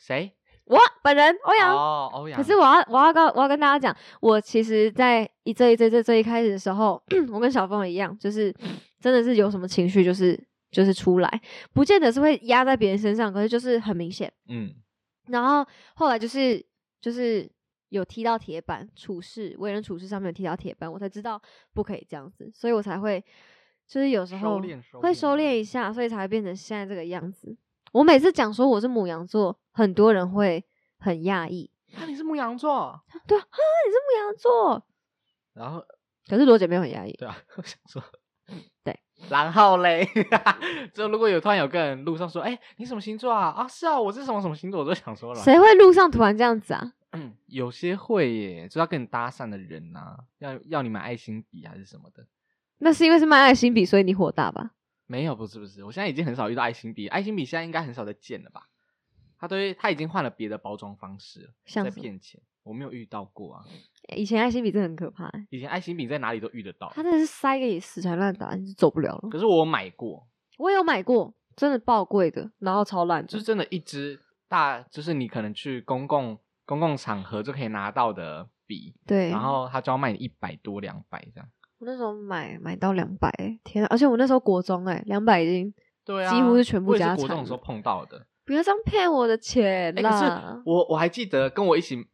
[SPEAKER 3] 谁？
[SPEAKER 1] 我本人欧阳，
[SPEAKER 3] 哦，欧阳。
[SPEAKER 1] 啊可是我要我要跟我要跟大家讲，我其实，在一这一这这这一开始的时候， <clears throat> 我跟小凤一样，就是 <sniffs> 真的是有什么情绪，就是就是出来，不见得是会压在别人身上，可是就是很明显。
[SPEAKER 3] 嗯，
[SPEAKER 1] 然后后来就是就是有踢到铁板，处事为人处事上面有踢到铁板，我才知道不可以这样子，所以我才会就是有时候
[SPEAKER 3] 收敛收
[SPEAKER 1] 会
[SPEAKER 3] 敛
[SPEAKER 1] 收敛一下，所以才会变成现在这个样子。我每次讲说我是母羊座，很多人会很讶异，
[SPEAKER 3] 啊，你是牧羊座，
[SPEAKER 1] 对啊，啊你是牧羊座，
[SPEAKER 3] 然后
[SPEAKER 1] 可是罗姐没有很压抑，
[SPEAKER 3] 对啊， <laughs> 我想说，
[SPEAKER 1] 对，
[SPEAKER 3] 然后嘞， <laughs> 就如果有突然有个人路上说，哎、你什么星座啊？啊，是啊，我是什么什么星座，我就想说了，
[SPEAKER 1] 谁会路上突然这样子啊？
[SPEAKER 3] 嗯有些会耶，就要跟你搭讪的人呐、要要你买爱心笔还是什么的。
[SPEAKER 1] 那是因为是卖爱心笔，所以你火大吧？
[SPEAKER 3] 没有，不是不是，我现在已经很少遇到爱心笔，爱心笔现在应该很少再见了吧？他对他已经换了别的包装方式了，
[SPEAKER 1] 像
[SPEAKER 3] 在
[SPEAKER 1] 什么
[SPEAKER 3] 骗钱，我没有遇到过啊。
[SPEAKER 1] 以前爱心笔真的很可怕、欸，
[SPEAKER 3] 以前爱心笔在哪里都遇得到
[SPEAKER 1] 它，真的是塞给你死缠烂打，你就走不了了。
[SPEAKER 3] 可是我有买过，
[SPEAKER 1] 我有买过，真的爆贵的，然后超烂的，
[SPEAKER 3] 就是真的一支大，就是你可能去公共公共场合就可以拿到的笔，
[SPEAKER 1] 对。
[SPEAKER 3] 然后他就要卖你一百多两百这样。
[SPEAKER 1] 我那时候买买到两百、天、啊！而且我那时候国中哎、两百已经
[SPEAKER 3] 对啊，
[SPEAKER 1] 几乎是全部
[SPEAKER 3] 我也
[SPEAKER 1] 加
[SPEAKER 3] 是国中
[SPEAKER 1] 产
[SPEAKER 3] 的时
[SPEAKER 1] 了
[SPEAKER 3] 候。碰到的。
[SPEAKER 1] 不要这样骗我的钱
[SPEAKER 3] 哎、可是
[SPEAKER 1] 啦！
[SPEAKER 3] 我我还记得跟我一起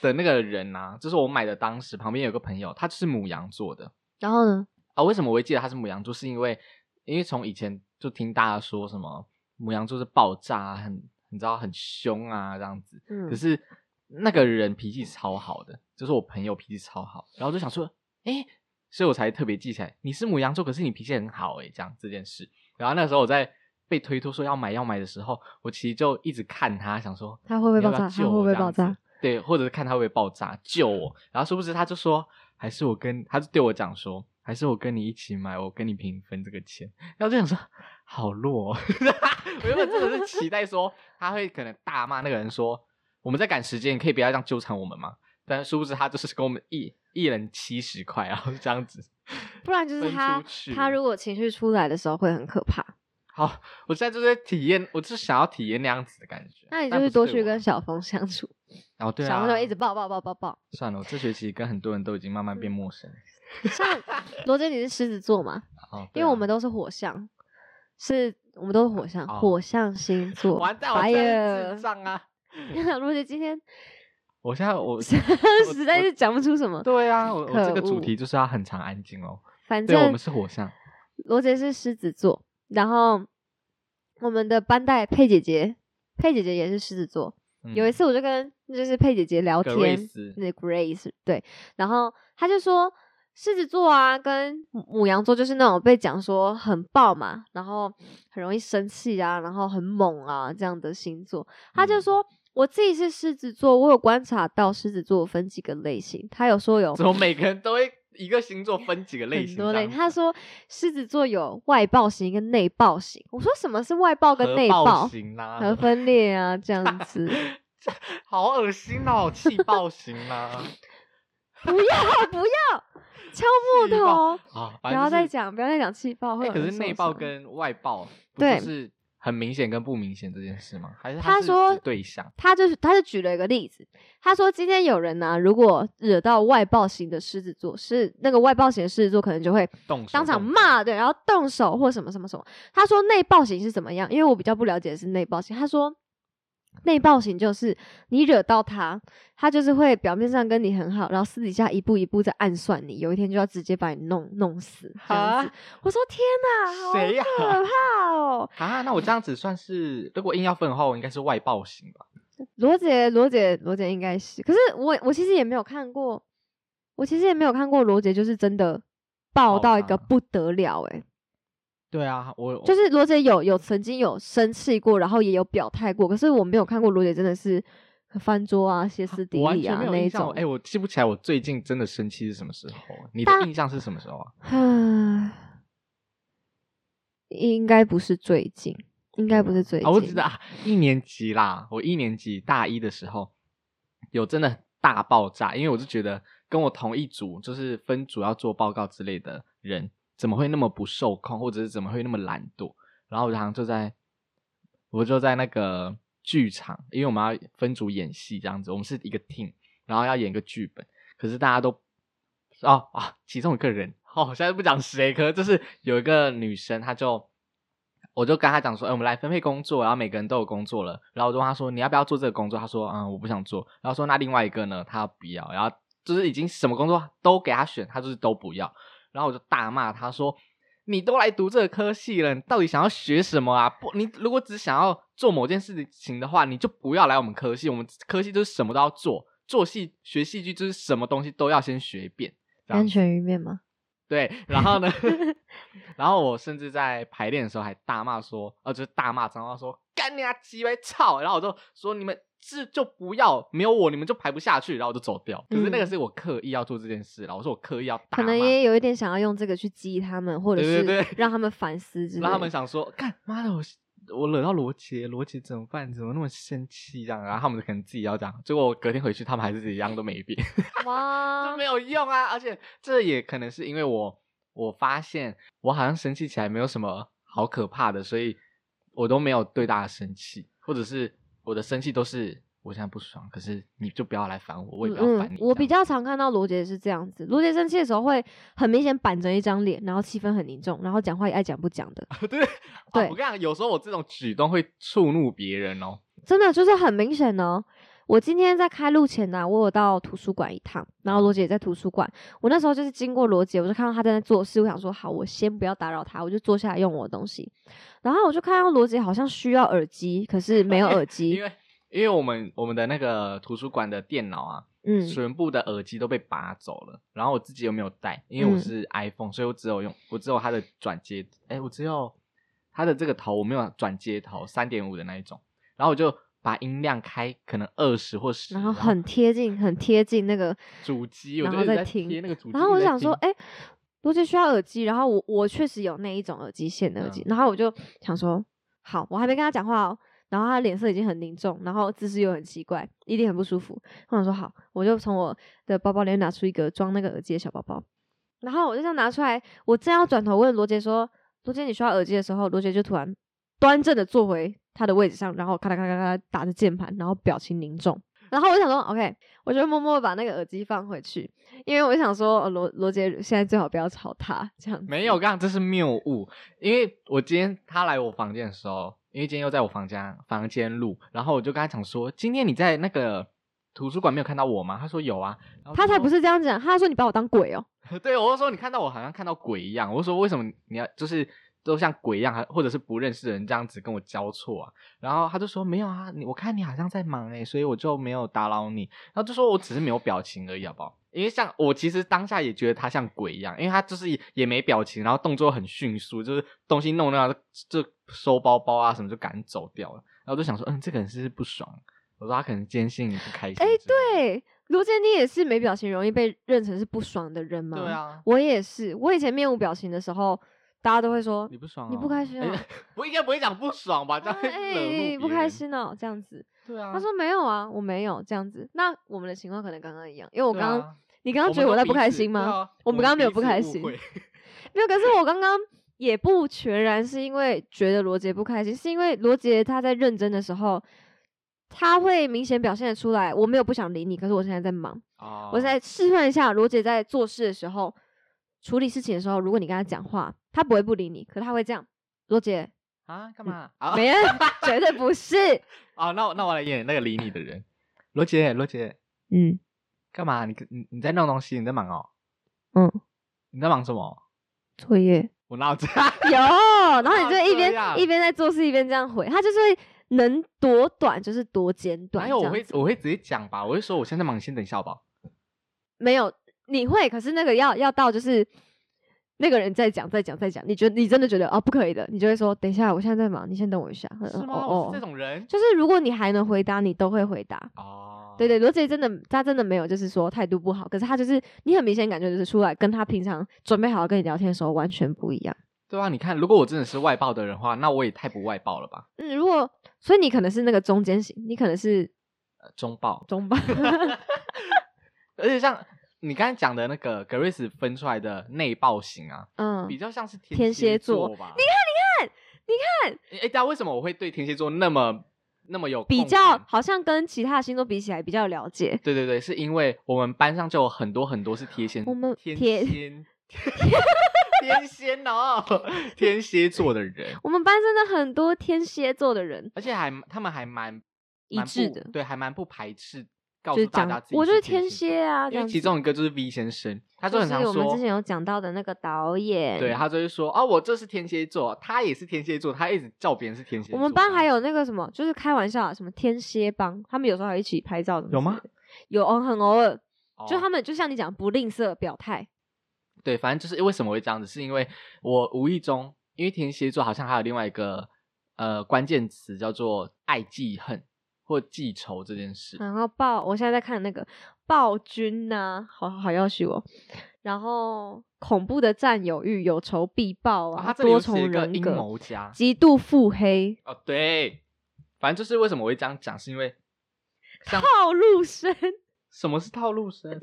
[SPEAKER 3] 的那个人啊，就是我买的当时旁边有个朋友，他就是母羊座的
[SPEAKER 1] 然后呢？
[SPEAKER 3] 啊。为什么我会记得他是母羊座？是因为因为从以前就听大家说什么母羊座是爆炸、啊，很你知道很凶啊这样子。
[SPEAKER 1] 嗯
[SPEAKER 3] 可，是那个人脾气超好的，就是我朋友脾气超好，然后我就想说，哎、所以我才特别记起来，你是母羊座，可是你脾气很好、诶，这样这件事。然后那时候我在被推脱说要买要买的时候，我其实就一直看他，想说
[SPEAKER 1] 他会不会
[SPEAKER 3] 你要
[SPEAKER 1] 爆炸？
[SPEAKER 3] 要
[SPEAKER 1] 他
[SPEAKER 3] 救
[SPEAKER 1] 会
[SPEAKER 3] 我
[SPEAKER 1] 不会
[SPEAKER 3] 这样
[SPEAKER 1] 爆炸
[SPEAKER 3] 子？？对，或者是看他会不会爆炸救我。然后殊不知他就说，还是我跟他就对我讲说，还是我跟你一起买，我跟你平分这个钱。然后就想说，好弱、哦。 <laughs> 我原本真的是期待说他会可能大骂那个人说，我们在赶时间，你可以不要这样纠缠我们嘛。但殊不知他就是跟我们一一人七十块，然后 <laughs> 就这样子。
[SPEAKER 1] 不然就是
[SPEAKER 3] 分出
[SPEAKER 1] 他
[SPEAKER 3] 去
[SPEAKER 1] 他如果情绪出来的时候会很可
[SPEAKER 3] <laughs>
[SPEAKER 1] 怕。
[SPEAKER 3] 好，我现在就是在体验，我就是想要体验那样子的感觉。
[SPEAKER 1] 那你就
[SPEAKER 3] 但
[SPEAKER 1] 是
[SPEAKER 3] 不
[SPEAKER 1] 多
[SPEAKER 3] 对
[SPEAKER 1] 去
[SPEAKER 3] 我
[SPEAKER 1] 跟小峰相处，
[SPEAKER 3] 哦，对啊，
[SPEAKER 1] 小峰就一直爆爆爆爆爆。
[SPEAKER 3] 算了，我这学期跟很多人都已经慢慢变陌生了。
[SPEAKER 1] <laughs> 像罗姐你是狮子座嘛？
[SPEAKER 3] 哦，对
[SPEAKER 1] 因为我
[SPEAKER 3] 啊
[SPEAKER 1] 们都是火象，是我们都是火象，
[SPEAKER 3] 哦
[SPEAKER 1] 火象星
[SPEAKER 3] <laughs>
[SPEAKER 1] 座。
[SPEAKER 3] 完蛋，我
[SPEAKER 1] 哎
[SPEAKER 3] 真是智
[SPEAKER 1] 呀，
[SPEAKER 3] 障啊！
[SPEAKER 1] <laughs> 罗姐今天
[SPEAKER 3] 我现
[SPEAKER 1] <laughs>
[SPEAKER 3] 在我
[SPEAKER 1] 实在是讲不出什么。
[SPEAKER 3] 对啊，我我这个
[SPEAKER 1] 可
[SPEAKER 3] 主
[SPEAKER 1] 恶
[SPEAKER 3] 题就是要很长安静哦。
[SPEAKER 1] 反
[SPEAKER 3] 对，我
[SPEAKER 1] 正
[SPEAKER 3] 们是火象，
[SPEAKER 1] 罗杰是狮子座，然后我们的班代佩姐姐，佩姐姐也是狮子座。
[SPEAKER 3] 嗯
[SPEAKER 1] 有一次我就跟就是佩姐姐聊
[SPEAKER 3] 格
[SPEAKER 1] 天，
[SPEAKER 3] 瑞斯
[SPEAKER 1] 那 Grace 对，然后她就说狮子座啊跟母母羊座就是那种被讲说很暴嘛，然后很容易生气啊，然后很猛啊这样的星座。她就
[SPEAKER 3] 嗯
[SPEAKER 1] 说。我自己是狮子座，我有观察到狮子座分几个类型。她有说有
[SPEAKER 3] 怎么每个人都会一个星座分几个类
[SPEAKER 1] 很
[SPEAKER 3] 型这
[SPEAKER 1] 多
[SPEAKER 3] 样子？
[SPEAKER 1] 类。他说狮子座有外暴型跟内暴型。我说什么是外暴跟
[SPEAKER 3] 核
[SPEAKER 1] 内
[SPEAKER 3] 爆
[SPEAKER 1] 暴？
[SPEAKER 3] 型啊啦，
[SPEAKER 1] 核分裂啊，这样
[SPEAKER 3] <laughs>
[SPEAKER 1] 子。
[SPEAKER 3] 好恶心哦，气爆型啊啦，
[SPEAKER 1] <laughs> 不要不要敲木
[SPEAKER 3] 气爆
[SPEAKER 1] 头，
[SPEAKER 3] 啊，
[SPEAKER 1] 不
[SPEAKER 3] 反正
[SPEAKER 1] 要
[SPEAKER 3] 就
[SPEAKER 1] 再
[SPEAKER 3] 是
[SPEAKER 1] 讲，不要再讲气爆会
[SPEAKER 3] 哎
[SPEAKER 1] 有
[SPEAKER 3] 可
[SPEAKER 1] 人
[SPEAKER 3] 是
[SPEAKER 1] 受
[SPEAKER 3] 内爆
[SPEAKER 1] 伤
[SPEAKER 3] 跟外爆不
[SPEAKER 1] 对
[SPEAKER 3] 就是很明显跟不明显这件事吗？还是
[SPEAKER 1] 他
[SPEAKER 3] 是
[SPEAKER 1] 说
[SPEAKER 3] 指对象？
[SPEAKER 1] 他就是他是举了一个例子，他说今天有人呢、如果惹到外暴型的狮子座，是那个外暴型的狮子座可能就会
[SPEAKER 3] 动手
[SPEAKER 1] 当场
[SPEAKER 3] 动脚
[SPEAKER 1] 骂，对，然后动手或什么什么什么。他说内爆型是怎么样？因为我比较不了解的是内爆型。他说内爆型就是你惹到他，他就是会表面上跟你很好，然后私底下一步一步在暗算你，有一天就要直接把你弄弄死这样子
[SPEAKER 3] 哈。
[SPEAKER 1] 我说天哪，好
[SPEAKER 3] 谁呀
[SPEAKER 1] 可怕哦！
[SPEAKER 3] 啊，那我这样子算是，如果硬要分的话，我应该是外爆型吧？
[SPEAKER 1] 罗姐，罗姐，罗姐应该是，可是我我其实也没有看过，我其实也没有看过罗姐，就是真的爆
[SPEAKER 3] 爆
[SPEAKER 1] 到一个
[SPEAKER 3] 炸
[SPEAKER 1] 不得了哎、欸
[SPEAKER 3] 对啊，我我
[SPEAKER 1] 就是罗姐有有曾经有生气过，然后也有表态过，可是我没有看过罗姐真的是翻桌啊、歇斯底
[SPEAKER 3] 我完
[SPEAKER 1] 里
[SPEAKER 3] 全
[SPEAKER 1] 啊
[SPEAKER 3] 没有
[SPEAKER 1] 那一
[SPEAKER 3] 印象。
[SPEAKER 1] 种。
[SPEAKER 3] 哎、我记不起来我最近真的生气是什么时候。啊你
[SPEAKER 1] 大
[SPEAKER 3] 的印象是什么时候啊？
[SPEAKER 1] 唉， <sighs> 应该不是最近，应该不是最近。
[SPEAKER 3] 啊，我知道啊，一年级啦，我一年级大一的时候有真的大爆炸，因为我就觉得跟我同一组，就是分组要做报告之类的人，怎么会那么不受控，或者是怎么会那么懒惰？然后我好像就在，我就在那个剧场，因为我们要分组演戏这样子，我们是一个 team，然后要演一个剧本，可是大家都哦啊，其中一个人哦，我现在不讲谁，可是就是有一个女生，她就我就跟她讲说，哎、我们来分配工作，然后每个人都有工作了，然后我就问她说，你要不要做这个工作？她说，嗯，我不想做。然后说那另外一个呢，她不要，然后就是已经什么工作都给她选，她就是都不要。然后我就大骂她说。你都来读这个科系了，你到底想要学什么啊？不，你如果只想要做某件事情的话，你就不要来我们科系。我们科系就是什么都要做，做戏学戏剧就是什么东西都要先学一遍。这样
[SPEAKER 1] 安全鱼面吗？
[SPEAKER 3] 对，然后呢， <laughs> 然后我甚至在排练的时候还大骂说，呃，就是大骂脏话说干你啊鸡巴操，然后我就说你们这就不要，没有我你们就排不下去，然后我就走掉。可是那个
[SPEAKER 1] 嗯
[SPEAKER 3] 是我刻意要做这件事啦，我说我刻意要大
[SPEAKER 1] 可
[SPEAKER 3] 骂
[SPEAKER 1] 能，也有一点想要用这个去激他们，或者
[SPEAKER 3] 对
[SPEAKER 1] 是
[SPEAKER 3] 对对 <laughs>
[SPEAKER 1] 让他们反思之类的。
[SPEAKER 3] 让他们想 <laughs> 说，干妈的我我惹到罗杰，罗杰怎么办？怎么那么生气这样？然后他们可能自己要这样，结果我隔天回去他们还是一样都没变。
[SPEAKER 1] 哇
[SPEAKER 3] 这，没有用啊！而且这也可能是因为我我发现我好像生气起来没有什么好可怕的，所以我都没有对大家生气，或者是我的生气都是我现在不爽，可是你就不要来烦我，我也不要烦你。
[SPEAKER 1] 嗯我比
[SPEAKER 3] 这样
[SPEAKER 1] 较常看到罗杰是这样子，罗杰生气的时候会很明显板着一张脸，然后气氛很凝重，然后讲话也爱讲不讲的，
[SPEAKER 3] 对
[SPEAKER 1] 对
[SPEAKER 3] 啊我跟你讲，有时候我这种举动会触怒别人哦。
[SPEAKER 1] 真的就是很明显呢、我今天在开录前呢、我有到图书馆一趟，然后罗杰也在图书馆。我那时候就是经过罗杰，我就看到他在那做事，我想说好，我先不要打扰他，我就坐下来用我的东西。然后我就看到罗杰好像需要耳机，可是没有耳
[SPEAKER 3] <laughs> 因
[SPEAKER 1] 机。
[SPEAKER 3] 为因为我们我们的那个图书馆的电脑啊，
[SPEAKER 1] 嗯，
[SPEAKER 3] 全部的耳机都被拔走了，然后我自己又没有带，因为我
[SPEAKER 1] 嗯
[SPEAKER 3] 是 iPhone，、所以我只有用，我只有它的转接，哎，我只有它的这个头，我没有转接头，三点五的那一种，然后我就把音量开可能二十或十，
[SPEAKER 1] 然后很贴近，很贴近那个
[SPEAKER 3] 啊主机，我
[SPEAKER 1] 然
[SPEAKER 3] 就
[SPEAKER 1] 后
[SPEAKER 3] 一直
[SPEAKER 1] 再
[SPEAKER 3] 在
[SPEAKER 1] 听
[SPEAKER 3] 贴那个主机，
[SPEAKER 1] 然后
[SPEAKER 3] 一
[SPEAKER 1] 我
[SPEAKER 3] 直在
[SPEAKER 1] 想说，
[SPEAKER 3] 听
[SPEAKER 1] 哎、罗杰需要耳机，然后我我确实有那一种耳机线的耳机，然后我就想说，好，我还没跟他讲话哦，然后他脸色已经很凝重，然后姿势又很奇怪，一定很不舒服。我想说好，我就从我的包包里面拿出一个装那个耳机的小包包，然后我就这样拿出来，我正要转头问罗杰说，罗杰你需要耳机的时候，罗杰就突然端正的坐回他的位置上，然后咔啦咔啦咔啦打着键盘，然后表情凝重。然后我就想说，OK，我就默默地把那个耳机放回去，因为我想说，呃罗罗杰现在最好不要吵他，这样子
[SPEAKER 3] 没有，，刚刚这是谬误，因为我今天他来我房间的时候，因为今天又在我房间房间录，然后我就跟他讲说，今天你在那个图书馆没有看到我吗？他说有啊，然后
[SPEAKER 1] 他
[SPEAKER 3] 就
[SPEAKER 1] 才
[SPEAKER 3] 说
[SPEAKER 1] 不是这样讲，他说你把我当鬼哦、
[SPEAKER 3] <laughs> 对，我就说你看到我好像看到鬼一样，我就说为什么你要就是都像鬼一样，还或者是不认识的人这样子跟我交错啊？然后他就说没有啊，你我看你好像在忙哎、所以我就没有打扰你。然后就说我只是没有表情而已，好不好？因为像我其实当下也觉得他像鬼一样，因为他就是也也没表情，然后动作很迅速，就是东西弄那就就收包包啊什么就赶紧走掉了。然后我就想说，嗯，这个人是不是不爽？我说他可能今天心里不开心之
[SPEAKER 1] 哎、
[SPEAKER 3] 类的。
[SPEAKER 1] 对，罗杰你也是没表情，容易被认成是不爽的人吗？
[SPEAKER 3] 对，啊，
[SPEAKER 1] 我也是，我以前面无表情的时候，大家都会说
[SPEAKER 3] 你不爽、哦，
[SPEAKER 1] 你不开心啊
[SPEAKER 3] 哎 <laughs> 不应该不会讲不爽吧？这
[SPEAKER 1] 啊
[SPEAKER 3] 样会惹怒
[SPEAKER 1] 哎、
[SPEAKER 3] 别
[SPEAKER 1] 不开
[SPEAKER 3] 人。
[SPEAKER 1] 心哦、这样子。
[SPEAKER 3] 对啊，
[SPEAKER 1] 他说没有啊，我没有这样子。那我们的情况可能刚刚一样，因为我
[SPEAKER 3] 啊我
[SPEAKER 1] 刚刚、你刚刚觉得啊我在不开心吗？啊
[SPEAKER 3] 啊
[SPEAKER 1] 我们刚刚没有不开心 <laughs> 没有，可是我刚刚也不全然是因为觉得罗杰不开心，是因为罗杰他在认真的时候，他会明显表现得出来，我没有不想理你，可是我现在在忙，
[SPEAKER 3] 啊，
[SPEAKER 1] 我在示范一下罗杰在做事的时候，处理事情的时候，如果你跟他讲话，他不会不理你，可是他会这样，罗杰
[SPEAKER 3] 啊干嘛 <laughs> 啊？
[SPEAKER 1] 没人，绝对不是，
[SPEAKER 3] 啊，那我那我来演那个理你的人，罗姐罗姐
[SPEAKER 1] 嗯，
[SPEAKER 3] 干嘛？你你你在弄东西？你在忙哦？
[SPEAKER 1] 嗯，
[SPEAKER 3] 你在忙什么？
[SPEAKER 1] 作业
[SPEAKER 3] 我哪有这样？ <laughs>
[SPEAKER 1] 有，然后你就一
[SPEAKER 3] 啊这
[SPEAKER 1] 边
[SPEAKER 3] 样
[SPEAKER 1] 一边在做事一边这样回，他就是会能多短就是多简短，
[SPEAKER 3] 还有
[SPEAKER 1] 这
[SPEAKER 3] 我
[SPEAKER 1] 样
[SPEAKER 3] 会我会直接讲吧，我会说我现在忙，你先等一下好不好？
[SPEAKER 1] 没有，你会，可是那个要要到就是那个人在讲，在讲，在讲，你觉得你真的觉得啊、不可以的，你就会说等一下，我现在在忙，你先等我一下。嗯
[SPEAKER 3] 是吗？我
[SPEAKER 1] 哦
[SPEAKER 3] 是这
[SPEAKER 1] 哦，
[SPEAKER 3] 种人
[SPEAKER 1] 就是如果你还能回答，你都会回答。
[SPEAKER 3] 哦，
[SPEAKER 1] 对对，罗杰真的，他真的没有，就是说态度不好，可是他就是你很明显感觉就是出来跟他平常准备好跟你聊天的时候完全不一样。
[SPEAKER 3] 对啊，你看，如果我真的是外爆的人的话，那我也太不外爆了吧？
[SPEAKER 1] 嗯，如果所以你可能是那个中间型，你可能是
[SPEAKER 3] 呃中爆，
[SPEAKER 1] 中 <laughs> 吧，
[SPEAKER 3] <laughs> 而且像你刚才讲的那个格瑞斯分出来的内爆型啊，
[SPEAKER 1] 嗯，
[SPEAKER 3] 比较像是
[SPEAKER 1] 天
[SPEAKER 3] 蝎
[SPEAKER 1] 蝎座
[SPEAKER 3] 吧？
[SPEAKER 1] 你看
[SPEAKER 3] 你看，你看，哎，大家为什么我会对天蝎座那么那么有
[SPEAKER 1] 比
[SPEAKER 3] 共
[SPEAKER 1] 较
[SPEAKER 3] 感？
[SPEAKER 1] 好像跟其他星座比起来比较了解。
[SPEAKER 3] 对对对，是因为我们班上就有很多很多是天蝎，
[SPEAKER 1] 我们
[SPEAKER 3] 天
[SPEAKER 1] 天 <laughs>
[SPEAKER 3] 蝎天蝎哦， <laughs> 天蝎座的人，
[SPEAKER 1] 我们班真的很多天蝎座的人
[SPEAKER 3] 而且还他们还蛮
[SPEAKER 1] 一
[SPEAKER 3] 蛮不
[SPEAKER 1] 致的
[SPEAKER 3] 对，还蛮不排斥告
[SPEAKER 1] 就
[SPEAKER 3] 诉
[SPEAKER 1] 是
[SPEAKER 3] 大家
[SPEAKER 1] 讲
[SPEAKER 3] 自，己
[SPEAKER 1] 我就是是
[SPEAKER 3] 天
[SPEAKER 1] 天蝎啊，这
[SPEAKER 3] 因
[SPEAKER 1] 样
[SPEAKER 3] 为
[SPEAKER 1] 子
[SPEAKER 3] 其中一个就是 V 先生，他就
[SPEAKER 1] 就
[SPEAKER 3] 很
[SPEAKER 1] 是
[SPEAKER 3] 常
[SPEAKER 1] 我们之前
[SPEAKER 3] 说，
[SPEAKER 1] 有讲到的那个导演，
[SPEAKER 3] 对，他就会说，哦，我这是天蝎座，他也是天蝎座，他一直叫别人是天蝎座。
[SPEAKER 1] 我们班还有那个什么，就是开玩笑啊，什么天蝎帮，他们有时候还一起拍照什么之
[SPEAKER 3] 有吗
[SPEAKER 1] 类的？有，哦很偶尔，
[SPEAKER 3] 哦，
[SPEAKER 1] 就他们就像你讲不吝啬表态，
[SPEAKER 3] 对，反正就是为什么会这样子，是因为我无意中，因为天蝎座好像还有另外一个呃关键词叫做爱记恨或记仇这件事。
[SPEAKER 1] 然后暴，我现在在看那个暴君呐、好好要许我，然后恐怖的占有欲，有仇必报
[SPEAKER 3] 啊
[SPEAKER 1] 啊，
[SPEAKER 3] 他这里有
[SPEAKER 1] 多
[SPEAKER 3] 写一
[SPEAKER 1] 重
[SPEAKER 3] 个
[SPEAKER 1] 人
[SPEAKER 3] 阴
[SPEAKER 1] 格，
[SPEAKER 3] 谋家
[SPEAKER 1] 极度腹黑，
[SPEAKER 3] 哦，对，反正就是为什么我会这样讲，是因为像
[SPEAKER 1] 套路深，
[SPEAKER 3] 什么是套路
[SPEAKER 1] <laughs>
[SPEAKER 3] 深，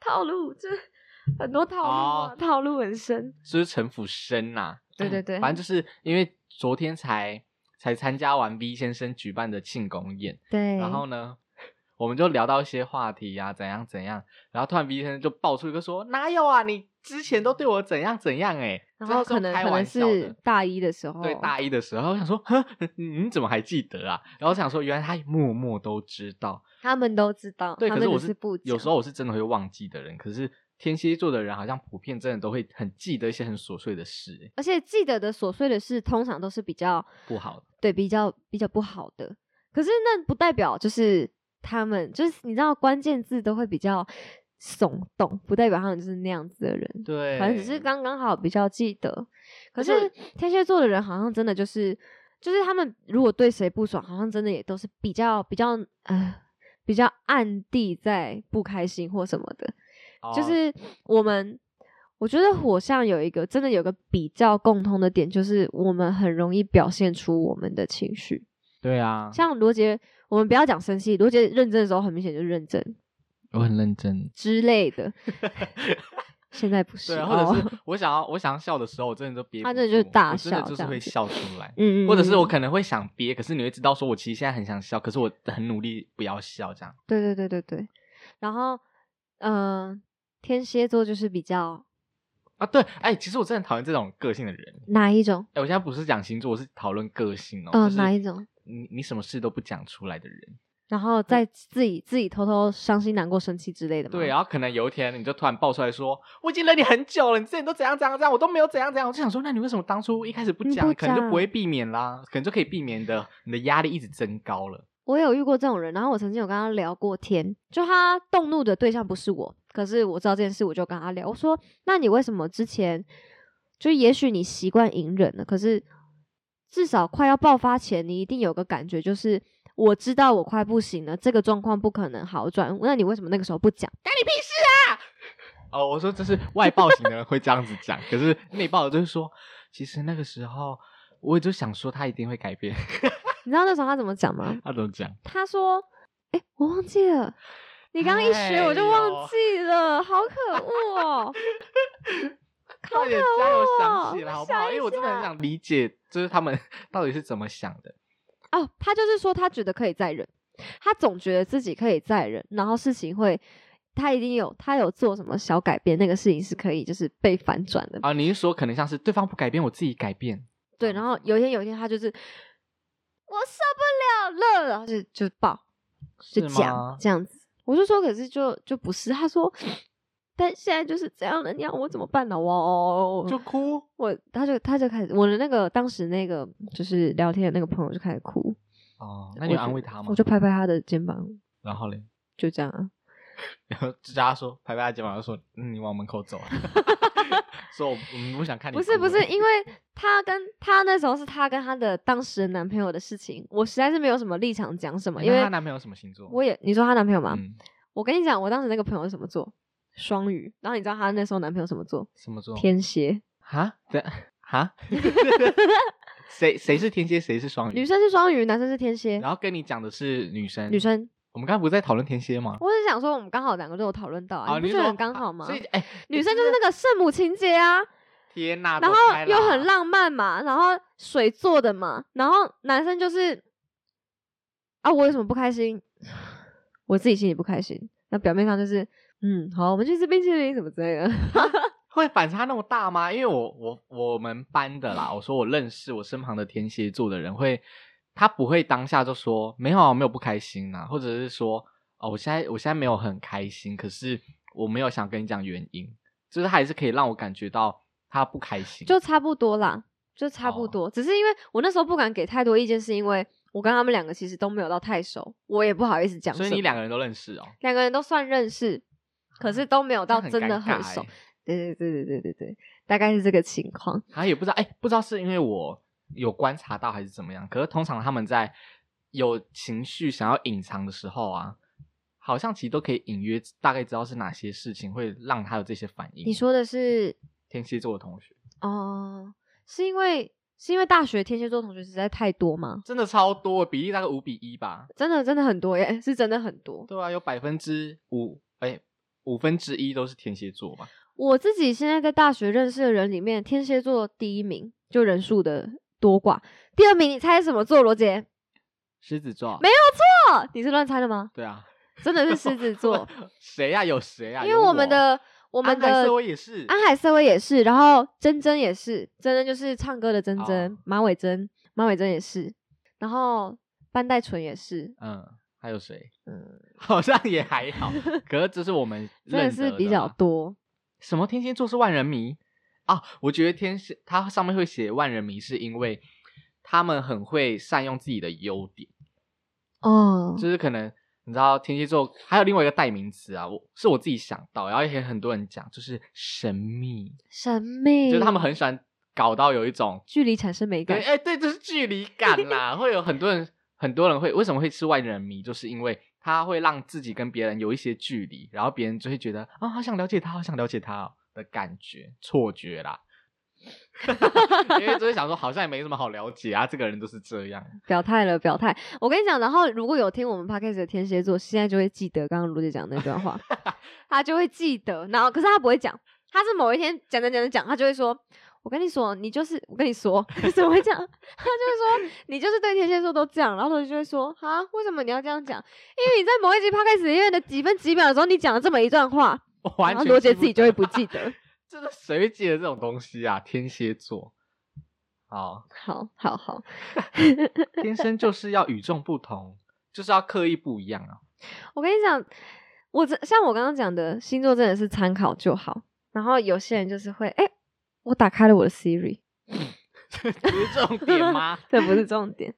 [SPEAKER 1] 套路这 <laughs> 很多套路、啊
[SPEAKER 3] 哦
[SPEAKER 1] 套路很深，
[SPEAKER 3] 就是城府深呐、
[SPEAKER 1] 对对对
[SPEAKER 3] 反正就是因为昨天才才参加完 V 先生举办的庆功宴，
[SPEAKER 1] 对，
[SPEAKER 3] 然后呢，我们就聊到一些话题啊，怎样怎样，然后突然 V 先生就爆出一个说：“哪有啊，你之前都对我怎样怎样哎、欸。”
[SPEAKER 1] 然
[SPEAKER 3] 这
[SPEAKER 1] 后
[SPEAKER 3] 是
[SPEAKER 1] 可能
[SPEAKER 3] 开
[SPEAKER 1] 可能
[SPEAKER 3] 玩笑
[SPEAKER 1] 是
[SPEAKER 3] 的。
[SPEAKER 1] 大一的时候，
[SPEAKER 3] 对大一的时候，我想说，哼，你你怎么还记得啊？然后想说，原来他默默都知道。
[SPEAKER 1] 他们都知道，
[SPEAKER 3] 对，
[SPEAKER 1] 他
[SPEAKER 3] 可
[SPEAKER 1] 们
[SPEAKER 3] 是
[SPEAKER 1] 只
[SPEAKER 3] 我
[SPEAKER 1] 是不
[SPEAKER 3] 有
[SPEAKER 1] 讲
[SPEAKER 3] 时候我是真的会忘记的人。可是天蝎座的人好像普遍真的都会很记得一些很琐碎的事、欸
[SPEAKER 1] 而且记得的琐碎的事，通常都是比较
[SPEAKER 3] 不好的。
[SPEAKER 1] 对比较比较不好的。可是那不代表就是他们，就是你知道关键字都会比较耸动，不代表他们就是那样子的人，
[SPEAKER 3] 对，
[SPEAKER 1] 反正只是刚刚好比较记得。可
[SPEAKER 3] 而
[SPEAKER 1] 是
[SPEAKER 3] 且
[SPEAKER 1] 天蝎座的人好像真的就是，就是他们如果对谁不爽，好像真的也都是比较比较呃比较暗地在不开心或什么的。就
[SPEAKER 3] 哦
[SPEAKER 1] 是我们，我觉得火象有一个真的有个比较共通的点，就是我们很容易表现出我们的情绪。
[SPEAKER 3] 对啊，
[SPEAKER 1] 像罗杰，我们不要讲生气，罗杰认真的时候很明显就是认真
[SPEAKER 3] 我很认真。
[SPEAKER 1] 之类
[SPEAKER 3] <laughs>
[SPEAKER 1] 的，现在不是，
[SPEAKER 3] 对啊，
[SPEAKER 1] 哦 <laughs>
[SPEAKER 3] 或者是我想要我想要笑的时候，我真的就憋不住，
[SPEAKER 1] 他真的就是大
[SPEAKER 3] 我真的
[SPEAKER 1] 笑
[SPEAKER 3] 就是
[SPEAKER 1] 这样
[SPEAKER 3] 会
[SPEAKER 1] 子
[SPEAKER 3] 笑出来。
[SPEAKER 1] 嗯嗯，
[SPEAKER 3] 或者是我
[SPEAKER 1] 嗯
[SPEAKER 3] 可能会想憋，可是你会知道，说我其实现在很想笑，可是我很努力不要笑，这样
[SPEAKER 1] 对对对对对，然后嗯、呃天蝎座就是比较
[SPEAKER 3] 啊？对，哎、其实我真的讨厌这种个性的人。
[SPEAKER 1] 哪一种？
[SPEAKER 3] 哎、我现在不是讲星座，我是讨论个性哦、
[SPEAKER 1] 嗯、
[SPEAKER 3] 就是
[SPEAKER 1] 哪一种？
[SPEAKER 3] 你你什么事都不讲出来的人，
[SPEAKER 1] 然
[SPEAKER 3] 呃
[SPEAKER 1] 后再自己自己偷偷伤心、难过、生气之类的嘛。
[SPEAKER 3] 对，然后啊可能有一天你就突然爆出来说，我已经忍你很久了，你之前都怎样怎样怎样，我都没有怎样怎样，我就想说，那你为什么当初一开始不
[SPEAKER 1] 你
[SPEAKER 3] 讲，
[SPEAKER 1] 不
[SPEAKER 3] 可能就
[SPEAKER 1] 讲
[SPEAKER 3] 不会避免啦，可能就可以避免的，你的压力一直增高了。
[SPEAKER 1] 我有遇过这种人，然后我曾经有跟他聊过天，就他动怒的对象不是我，可是我知道这件事，我就跟他聊，我说：“那你为什么之前就也许你习惯隐忍了，可是至少快要爆发前，你一定有个感觉，就是我知道我快不行了，这个状况不可能好转，那你为什么那个时候不讲？
[SPEAKER 3] 干你屁事啊！哦，我说这是外爆型的人会这样子讲，可是内爆的就是说，其实那个时候我也就想说他一定会改变，
[SPEAKER 1] 你知道那时候他怎么讲吗？
[SPEAKER 3] 他怎么讲？
[SPEAKER 1] 他说：‘哎、我忘记了。’你刚刚一学我就
[SPEAKER 3] 哎
[SPEAKER 1] 忘
[SPEAKER 3] 呦
[SPEAKER 1] 记了，好可恶
[SPEAKER 3] <laughs>
[SPEAKER 1] 哦！
[SPEAKER 3] 快点加油想起
[SPEAKER 1] 我
[SPEAKER 3] 来好不
[SPEAKER 1] 哦想
[SPEAKER 3] 好？
[SPEAKER 1] 一
[SPEAKER 3] 因为我真的很
[SPEAKER 1] 下
[SPEAKER 3] 想理解，就是他们到底是怎么想的。
[SPEAKER 1] 哦，他就是说他觉得可以再忍，他总觉得自己可以再忍，然后事情会，他一定有他有做什么小改变，那个事情是可以就是被反转的。
[SPEAKER 3] 啊，你是说可能像是对方不改变，我自己改变？
[SPEAKER 1] 对，然后有一天有一天他就是我受不了了，然后就就爆，就是
[SPEAKER 3] 吗
[SPEAKER 1] 讲这样子。我就说可是就就不是，他说。但现在就是这样了，你要我怎么办呢？我
[SPEAKER 3] 就哭，
[SPEAKER 1] 我他就他就开始我的那个当时那个就是聊天的那个朋友就开始哭，
[SPEAKER 3] 哦，那你有
[SPEAKER 1] 我就
[SPEAKER 3] 安慰他吗？
[SPEAKER 1] 我就拍拍他的肩膀，
[SPEAKER 3] 然后嘞，
[SPEAKER 1] 就这样啊。
[SPEAKER 3] 啊
[SPEAKER 1] <laughs>
[SPEAKER 3] 然后就叫他说，拍拍他肩膀，就说、嗯你往门口走，所以我我们不想看你
[SPEAKER 1] 不
[SPEAKER 3] 哭
[SPEAKER 1] 是
[SPEAKER 3] 了。
[SPEAKER 1] 不是，因为她跟她那时候是她跟她的当时的男朋友的事情，我实在是没有什么立场讲什么，因
[SPEAKER 3] 那
[SPEAKER 1] 为
[SPEAKER 3] 她男朋友什么星座？
[SPEAKER 1] 我也你说她男朋友吗？
[SPEAKER 3] 嗯，
[SPEAKER 1] 我跟你讲，我当时那个朋友是什么座？双鱼。然后你知道她那时候男朋友什么座？
[SPEAKER 3] 什么座？
[SPEAKER 1] 天蝎。
[SPEAKER 3] 哈？对哈？ <laughs> 谁谁是天蝎？谁是双鱼？
[SPEAKER 1] 女生是双鱼，男生是天蝎。
[SPEAKER 3] 然后跟你讲的是女生。
[SPEAKER 1] 女，生，
[SPEAKER 3] 我们刚刚不是在讨论天蝎吗？
[SPEAKER 1] 我是想说，我们刚好两个都有讨论到啊，
[SPEAKER 3] 啊，
[SPEAKER 1] 你不
[SPEAKER 3] 你是
[SPEAKER 1] 觉得
[SPEAKER 3] 说
[SPEAKER 1] 很刚好吗？
[SPEAKER 3] 所以哎，
[SPEAKER 1] 女生就是那个圣母情节啊，
[SPEAKER 3] 天呐，
[SPEAKER 1] 然后
[SPEAKER 3] 走开啦
[SPEAKER 1] 又很，浪漫嘛，然后水做的嘛，然后男生就是啊，我有什么不开心？我自己心里不开心，那表面上就是嗯，好，我们去吃冰淇淋什么之类的。 <laughs>
[SPEAKER 3] 会反差那么大吗？因为我我我们班的啦，我说我认识我身旁的天蝎座的人会，他不会当下就说没有啊，我没有不开心呐、或者是说哦，我现在我现在没有很开心，可是我没有想跟你讲原因，就是还是可以让我感觉到他不开心，啊
[SPEAKER 1] 就差不多啦，就差
[SPEAKER 3] 哦
[SPEAKER 1] 不多。只是因为我那时候不敢给太多意见，是因为我跟他们两个其实都没有到太熟，我也不好意思讲什
[SPEAKER 3] 所
[SPEAKER 1] 么。
[SPEAKER 3] 以你两个人都认识哦，
[SPEAKER 1] 两个人都算认识，可是都没有到
[SPEAKER 3] 啊这
[SPEAKER 1] 真的
[SPEAKER 3] 尴尬
[SPEAKER 1] 很熟
[SPEAKER 3] 欸。
[SPEAKER 1] 对对对对对对对，大概是这个情况。
[SPEAKER 3] 他也不知道，哎、不知道是因为我有观察到还是怎么样。可是通常他们在有情绪想要隐藏的时候啊，好像其实都可以隐约大概知道是哪些事情会让他有这些反应。
[SPEAKER 1] 你说的是
[SPEAKER 3] 天蝎座的同学
[SPEAKER 1] 哦、是因为是因为大学天蝎座同学实在太多吗？
[SPEAKER 3] 真的超多，比例大概五比一吧？
[SPEAKER 1] 真的真的很多耶，是 <laughs> 真的很多。
[SPEAKER 3] 对啊，有百分之五，哎，五分之一都是天蝎座吧？
[SPEAKER 1] 我自己现在在大学认识的人里面，天蝎座第一名，就人数的多寡。第二名，你猜什么座？罗杰？
[SPEAKER 3] 狮子座
[SPEAKER 1] 没有错，你是乱猜的吗？
[SPEAKER 3] 对啊，
[SPEAKER 1] 真的是狮子
[SPEAKER 3] <laughs>
[SPEAKER 1] 座，
[SPEAKER 3] 谁呀、有谁呀、
[SPEAKER 1] 因为
[SPEAKER 3] 有我
[SPEAKER 1] 我们的我
[SPEAKER 3] 我
[SPEAKER 1] 们
[SPEAKER 3] 哦安海
[SPEAKER 1] 的
[SPEAKER 3] 瑟薇也是，
[SPEAKER 1] 安海瑟薇也是，然后珍珍也是，珍珍就是唱歌的珍珍，
[SPEAKER 3] 哦
[SPEAKER 1] 马尾珍，马尾珍也是，然后班代纯也是，
[SPEAKER 3] 嗯，还有谁？
[SPEAKER 1] 嗯，
[SPEAKER 3] <laughs> 好像也还
[SPEAKER 1] <laughs>
[SPEAKER 3] 好，可是这是我们
[SPEAKER 1] 真的
[SPEAKER 3] 认
[SPEAKER 1] 是
[SPEAKER 3] 得
[SPEAKER 1] 比
[SPEAKER 3] 的
[SPEAKER 1] 较
[SPEAKER 3] 啦
[SPEAKER 1] 多。
[SPEAKER 3] 什么天蝎座是万人迷啊？我觉得天蝎它上面会写万人迷，是因为他们很会善用自己的优点，
[SPEAKER 1] 哦，
[SPEAKER 3] 就是可能你知道天蝎座还有另外一个代名词啊，我是我自己想到，然后也有很多人讲，就是神秘，
[SPEAKER 1] 神秘，
[SPEAKER 3] 就是他们很喜欢搞到有一种
[SPEAKER 1] 距离产生美 <laughs>
[SPEAKER 3] 对，
[SPEAKER 1] 感。
[SPEAKER 3] 哎、对，就是距离感啦，会有很多人，很多人会为什么会吃外人迷，就是因为他会让自己跟别人有一些距离，然后别人就会觉得啊、好想了解他，好想了解他、哦、的感觉，错觉啦。 <laughs> 因为就会想说，好像也没什么好了解啊，这个人就是这样。
[SPEAKER 1] 表态了，表态。我跟你讲，然后如果有听我们 podcast 的天蝎座，现在就会记得刚刚卢姐讲那段
[SPEAKER 3] <laughs>
[SPEAKER 1] 话，他就会记得。然后，可是他不会讲，他是某一天讲讲讲讲讲，他就会说：“我跟你说，你就是我跟你说， <laughs> 怎么会这样？”他就会说：“你就是对天蝎座都这样。”然后卢姐就会说：“啊，为什么你要这样讲？因为你在某一集 podcast 里面的几分几秒的时候，你讲了这么一段话，
[SPEAKER 3] 我完
[SPEAKER 1] 然后
[SPEAKER 3] 全
[SPEAKER 1] 罗杰
[SPEAKER 3] 记
[SPEAKER 1] 自己就会不
[SPEAKER 3] 得，
[SPEAKER 1] 记
[SPEAKER 3] <laughs>
[SPEAKER 1] 得。 <laughs>
[SPEAKER 3] 这是谁会记得这种东西啊？天蝎座，好，
[SPEAKER 1] 好”好好好，
[SPEAKER 3] 天生就是要与众不同，就是要刻意不一
[SPEAKER 1] <laughs>
[SPEAKER 3] 样啊。 <laughs>
[SPEAKER 1] 我跟你讲，我这像我刚刚讲的星座真的是参考就好。然后有些人就是会，哎、我打开了我的 Siri，
[SPEAKER 3] 这是重点
[SPEAKER 1] <laughs>
[SPEAKER 3] 吗？
[SPEAKER 1] 这不是重点。